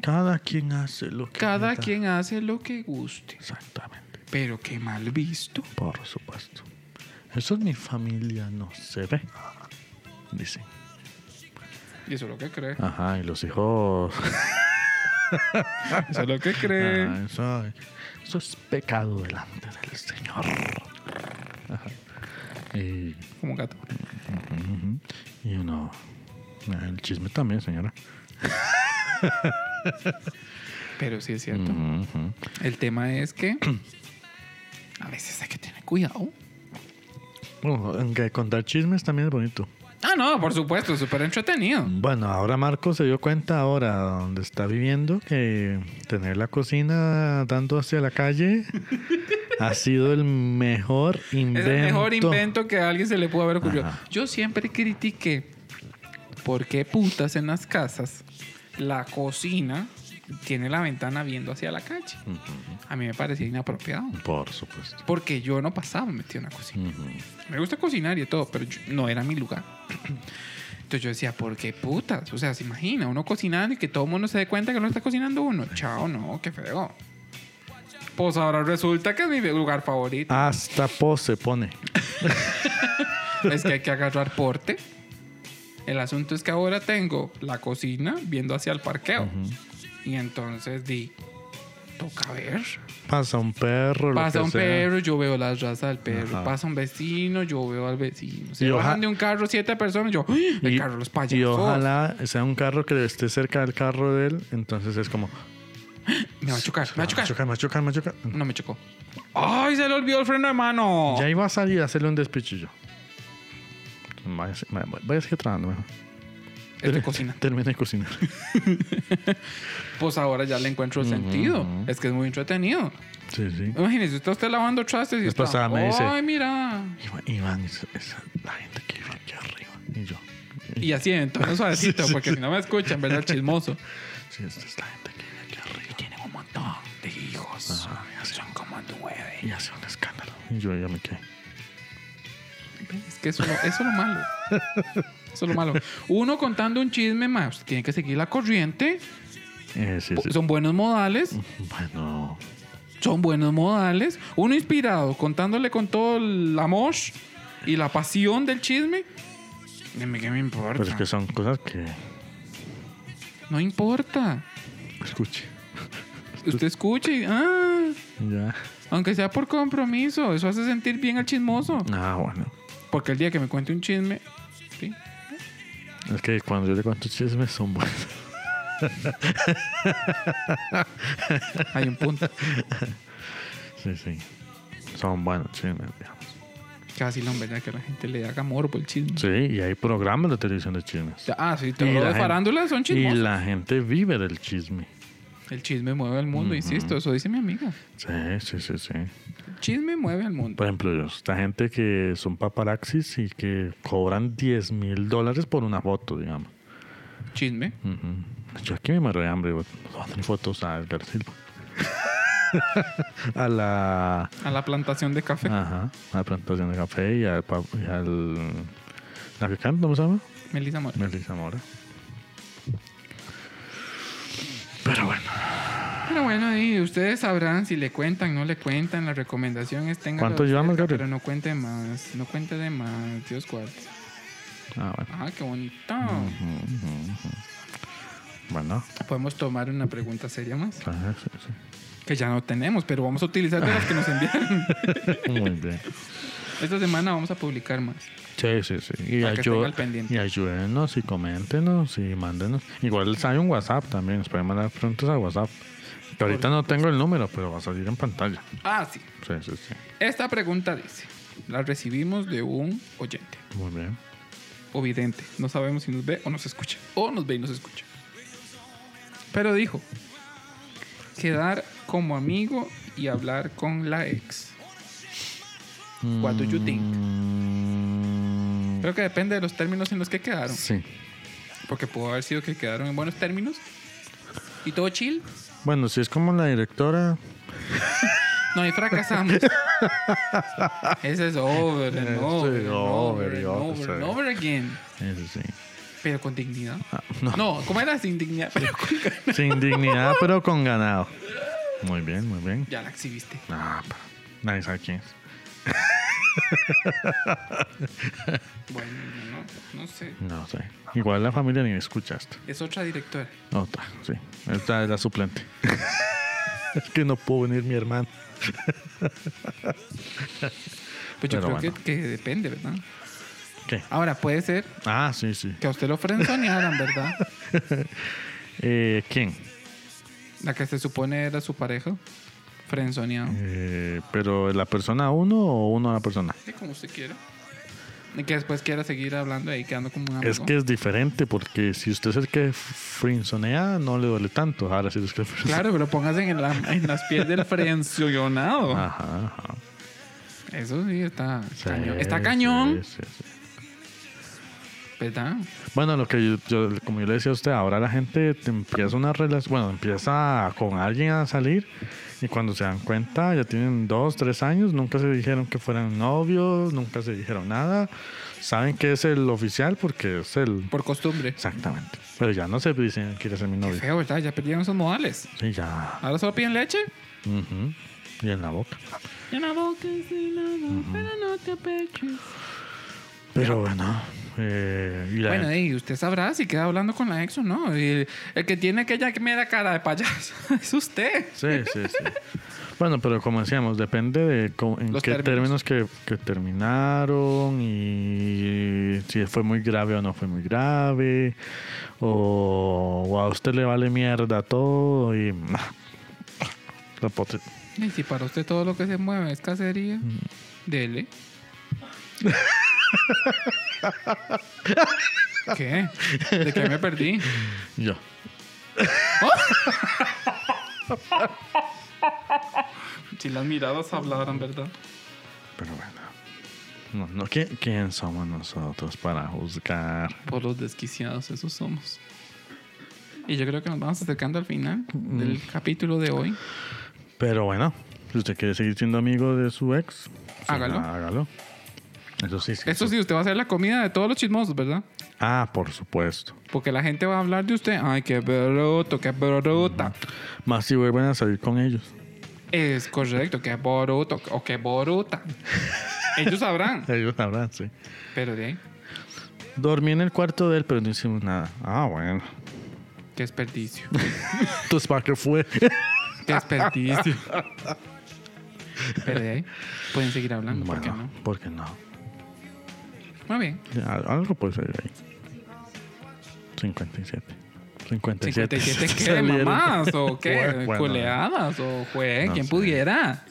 B: Cada quien hace lo que
C: Cada
B: necesita.
C: quien hace lo que guste.
B: Exactamente,
C: Pero qué mal visto.
B: por supuesto. Eso en mi familia no se ve. Dicen.
C: Y eso es lo que cree.
B: Ajá, y los hijos.
C: Eso es lo que cree.
B: Ah, eso, eso es pecado delante del Señor. Ajá. Y,
C: Como un gato.
B: ujú, y uno. El chisme también, señora.
C: Pero sí es cierto.
B: Ujú.
C: El tema es que a veces hay que tener cuidado.
B: Bueno, aunque contar chismes también es bonito.
C: Ah, no, por supuesto, súper entretenido.
B: Bueno, ahora Marco se dio cuenta ahora donde está viviendo que tener la cocina dando hacia la calle ha sido el mejor invento.
C: Es el mejor invento que a alguien se le pudo haber ocurrido.
B: Ajá.
C: Yo siempre critiqué por qué putas en las casas la cocina tiene la ventana viendo hacia la calle.
B: Ujú,
C: A mí me parecía inapropiado.
B: Por supuesto.
C: Porque yo no pasaba metido en la cocina.
B: Ujú.
C: Me gusta cocinar y de todo, pero yo- no era mi lugar. Entonces yo decía, ¿por qué putas? O sea, se imagina, uno cocinando y que todo el mundo se dé cuenta que no está cocinando uno. Chao, no, qué feo. Pues ahora resulta que es mi lugar favorito.
B: Hasta pose pone.
C: Es que hay que agarrar porte. El asunto es que ahora tengo la cocina viendo hacia el parqueo. Y entonces di, toca ver.
B: Pasa un perro, lo
C: Pasa
B: que
C: un
B: sea.
C: perro, yo veo la raza del perro.
B: Ajá.
C: Pasa un vecino, yo veo al vecino. Se
B: Y oja-
C: bajan de un carro siete personas, yo, ¡ay! el
B: Y-
C: carro de los
B: Y
C: payasos.
B: ojalá sea un carro que esté cerca del carro de él, entonces es como.
C: Me va a chocar, me va a chocar.
B: Me va a chocar, me va a chocar.
C: No me chocó. ¡Ay, se le olvidó el freno de mano!
B: Ya iba a salir a hacerle un despichillo. Váyase, vaya a seguir trabajando mejor.
C: Es de cocina.
B: Termina de cocinar.
C: Pues ahora ya le encuentro el sentido.
B: ujú.
C: Es que es muy entretenido.
B: Sí, sí.
C: Imagínese, está usted lavando trastes y
B: Después
C: está,
B: ah, me dice-
C: ¡Ay, mira!
B: Iván, Iván, esa- esa- la gente que vive aquí arriba. Y yo.
C: Y así, entonces suavecito, porque si no me escuchan, ¿verdad? Chismoso.
B: Sí, esta es la gente que vive aquí arriba.
C: Tienen un montón de hijos. Son como nueve.
B: Y hace un escándalo. Y yo ya me quedé.
C: Es que eso, eso es lo malo. Eso es lo malo. Uno contando un chisme más, tiene que seguir la corriente.
B: Eh, sí, sí.
C: Son buenos modales.
B: Bueno.
C: Pues son buenos modales. Uno inspirado, contándole con todo el amor y la pasión del chisme. Dime qué me importa.
B: Pero es que son cosas que.
C: No importa.
B: Escuche.
C: Usted escuche y, ah,
B: Ya.
C: aunque sea por compromiso, eso hace sentir bien al chismoso.
B: Ah, bueno.
C: Porque el día que me cuente un chisme, ¿sí?
B: Es que cuando yo le cuento chismes son buenos.
C: hay un punto.
B: Sí, sí. Son buenos chismes, digamos.
C: Casi lo verdad que la gente le haga morbo el chisme.
B: Sí, y hay programas de televisión de chismes.
C: Ah, sí,
B: Y
C: todo
B: la
C: de
B: gente-
C: farándula son
B: Y
C: chismosos.
B: la gente vive del chisme.
C: El chisme mueve al mundo, insisto, eso dice mi amiga.
B: Sí, sí, sí, sí.
C: El chisme mueve al mundo.
B: Por ejemplo, esta gente que son paparaxis y que cobran 10 mil dólares por una foto, digamos.
C: Chisme.
B: Ujú. Yo aquí me muero de hambre. güey. Voy a tener fotos a Edgar Silva. a la...
C: A la plantación de café.
B: Ajá, a la plantación de café y al... pa- Y al ¿La que canta? ¿Cómo se llama?
C: Melissa Mora.
B: Melissa Mora. Pero bueno,
C: Pero bueno, y ustedes sabrán si le cuentan, no le cuentan. La recomendación es tengan.
B: ¿Cuánto llevamos, Gabriel?
C: Pero no cuente más, no cuente de más. Dios guarde.
B: ah, bueno.
C: Ah, qué bonito.
B: Bueno,
C: Podemos tomar una pregunta seria más,
B: ah, sí, sí.
C: que ya no tenemos, pero vamos a utilizar de las que nos enviaron.
B: muy bien.
C: Esta semana vamos a publicar más.
B: Sí, sí, sí. Y,
C: Para que estén
B: ayu-
C: al pendiente.
B: y ayúdenos y coméntenos y mándenos. Igual hay un WhatsApp también. Nos pueden mandar preguntas a WhatsApp. Que ahorita no tengo el número, pero va a salir en pantalla.
C: Ah, sí.
B: Sí, sí, sí.
C: Esta pregunta dice: La recibimos de un oyente
B: Muy bien.
C: o vidente. No sabemos si nos ve o nos escucha. O nos ve y nos escucha. Pero dijo: Quedar como amigo y hablar con la ex. What do you think?
B: Mm,
C: Creo que depende de los términos en los que quedaron.
B: sí.
C: Porque pudo haber sido que quedaron en buenos términos. Y todo chill.
B: Bueno, si es como la directora,
C: No, ahí fracasamos. Ese es over and
B: Ese
C: over. and
B: Este over
C: over,
B: y over,
C: and over, and
B: sí.
C: over again.
B: eso sí.
C: pero con dignidad.
B: Ah, no.
C: No, ¿cómo era? Sin dignidad, pero con ganas.
B: Sin dignidad, pero con ganado. Muy bien, muy bien.
C: Ya la exhibiste.
B: Ah, pa. nadie sabe quién es.
C: Bueno, no, no sé.
B: No sé. Igual la familia ni me escuchaste.
C: Es otra directora.
B: Otra, sí. Esta es la suplente. es que no pudo venir mi hermano.
C: Pues
B: Pero
C: yo creo que-
B: bueno.
C: que, depende, ¿verdad?
B: ¿Qué?
C: Ahora, puede ser
B: Ah, sí, sí.
C: que a usted lo frenzonearan, ¿verdad?
B: Eh, ¿Quién?
C: La que se supone era su pareja. Frenzoneado.
B: Eh, ¿Pero la persona a uno o uno a la persona?
C: Sí, como usted quiera. Y que después quiera seguir hablando ahí, quedando como un amigo.
B: Es que es diferente porque si usted es el que frinsonea, no le duele tanto. Ahora si es que
C: Claro, pero póngase en, la- en las pies del frencionado.
B: Ah, Ajá, ajá.
C: Eso sí, está
B: Sí,
C: cañón.
B: sí,
C: Está cañón,
B: sí, sí.
C: ¿verdad?
B: Bueno, lo que yo, yo- como yo le decía a usted, ahora la gente te empieza una relación, bueno, empieza con alguien a salir y cuando se dan cuenta ya tienen dos, tres años, nunca se dijeron que fueran novios, nunca se dijeron nada, saben que es el oficial porque es el...
C: Por costumbre.
B: Exactamente, pero ya no se dicen, quiere ser mi
C: Qué
B: novio.
C: feo, ¿verdad? Ya perdieron esos modales.
B: Sí, ya.
C: Ahora solo piden leche.
B: ujú, Y en la boca.
C: Y una boca sin nada, pero no te apeches.
B: Pero bueno, eh, y la
C: Bueno,
B: gente-
C: y usted sabrá si queda hablando con la ex o no. Y el, el que tiene aquella que me da cara de payaso es usted.
B: Sí, sí, sí. Bueno, pero como decíamos, depende de cómo- en
C: Los
B: qué
C: términos.
B: términos, que, que terminaron y si fue muy grave o no fue muy grave. O, o a usted le vale mierda todo y. La pote-
C: Y si para usted todo lo que se mueve es cacería, dele. ¿Qué? ¿De qué me perdí?
B: Yo.
C: Si las miradas hablaran, ¿verdad?
B: Pero bueno. No, no, ¿quién, quién somos nosotros para juzgar?
C: Por los desquiciados, esos somos. Y yo creo que nos vamos acercando al final
B: Mm.
C: del capítulo de hoy.
B: Pero bueno, si usted quiere seguir siendo amigo de su ex, pues,
C: Hágalo.
B: Hágalo. Eso sí, sí.
C: Eso sí, usted va a hacer la comida de todos los chismosos, ¿verdad?
B: Ah, por supuesto.
C: Porque la gente va a hablar de usted. Ay, qué bruto, qué bruta.
B: Más si vuelven a salir con ellos.
C: Es correcto, qué bruto o qué bruta. Ellos sabrán.
B: Ellos sabrán, sí.
C: Pero de ahí,
B: Dormí en el cuarto de él, pero no hicimos nada. Ah, bueno.
C: qué desperdicio.
B: Entonces, ¿para qué fue?
C: Qué desperdicio. Pero de ahí, pueden seguir hablando, ¿por qué no?
B: ¿por qué no?
C: Muy bien.
B: Ya, Algo puede salir ahí. 57. 57.
C: 57 qué,
B: Salieron.
C: mamás o qué,
B: Bueno,
C: culeadas o jue,
B: No
C: quien
B: sé.
C: pudiera.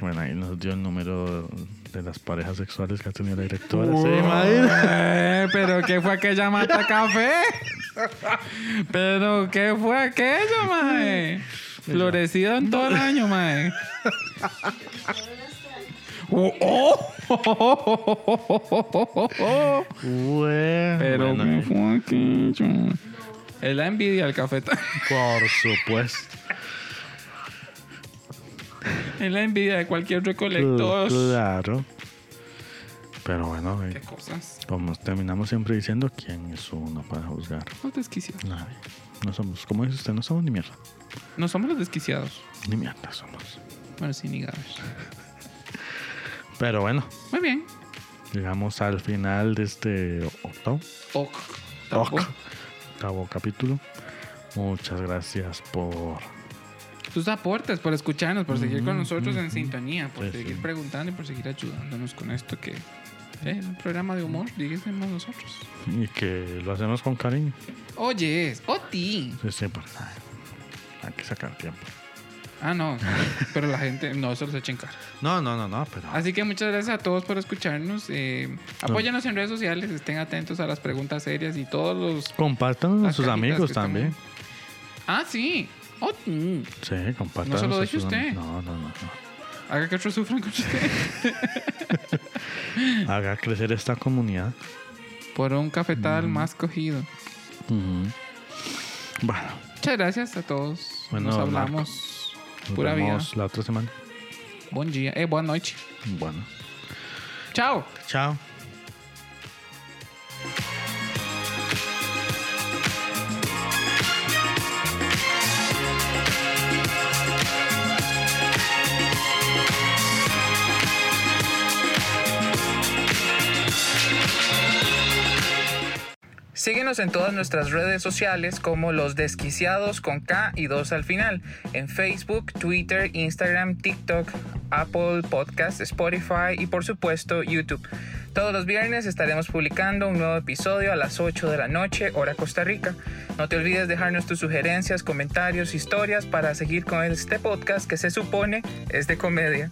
B: Bueno, ahí nos dio el número de las parejas sexuales que ha tenido la directora. ¿Se imagina?
C: Eh, pero qué fue aquella mata café. Pero qué fue aquello, mae. Florecido en todo el año, mae. Oh, oh, oh, oh, oh, oh, oh, oh.
B: Bueno,
C: Pero
B: bueno,
C: qué
B: ahí.
C: fue aquello. Es la envidia del cafetal.
B: por supuesto.
C: Es la envidia de cualquier recolector.
B: Claro. Pero bueno, ahí
C: Qué cosas.
B: Como terminamos siempre diciendo, ¿quién es uno para juzgar?
C: Los desquiciados.
B: Nadie. No somos, como dice usted, no somos ni mierda.
C: No somos los desquiciados.
B: Ni mierda somos.
C: Bueno, sí, ni gabes.
B: Pero bueno,
C: Muy bien.
B: llegamos al final de este octavo,
C: Ok.
B: Ok. octavo capítulo. Muchas gracias por...
C: tus aportes, por escucharnos, por seguir con nosotros en sintonía, por
B: Sí,
C: seguir
B: sí.
C: preguntando y por seguir ayudándonos con esto que es un programa de humor, díganos nosotros.
B: Y que lo hacemos con cariño.
C: Oye, es Oti.
B: Sí, sí, porque, ay, hay que sacar tiempo.
C: Ah, no, pero la gente no se los echa en cara.
B: No, no, no, no, pero...
C: Así que muchas gracias a todos por escucharnos. Eh, apóyanos en redes sociales, estén atentos a las preguntas serias y todos los.
B: Compártanlo a
C: las
B: sus
C: cajitas
B: amigos
C: que están-
B: también.
C: Ah, sí. Oti.
B: Sí, compártanlo.
C: No se lo
B: a
C: deje
B: sus
C: usted.
B: am- No, no, no, no.
C: Haga que otros sufran con usted.
B: Haga crecer esta comunidad.
C: Por un
B: Mm.
C: cafetal más cogido.
B: Ujú. Bueno.
C: Muchas gracias a todos.
B: Bueno,
C: Nos
B: Marco.
C: hablamos.
B: Nos
C: Pura vida.
B: vemos la otra semana.
C: Buen día. Eh, buena noche.
B: Bueno.
C: Chao.
B: Chao.
C: Síguenos en todas nuestras redes sociales como Los Desquiciados con K y 2 al final, en Facebook, Twitter, Instagram, TikTok, Apple Podcast, Spotify y por supuesto YouTube. Todos los viernes estaremos publicando un nuevo episodio a las 8 de la noche, hora Costa Rica. No te olvides dejarnos tus sugerencias, comentarios, historias para seguir con este podcast que se supone es de comedia.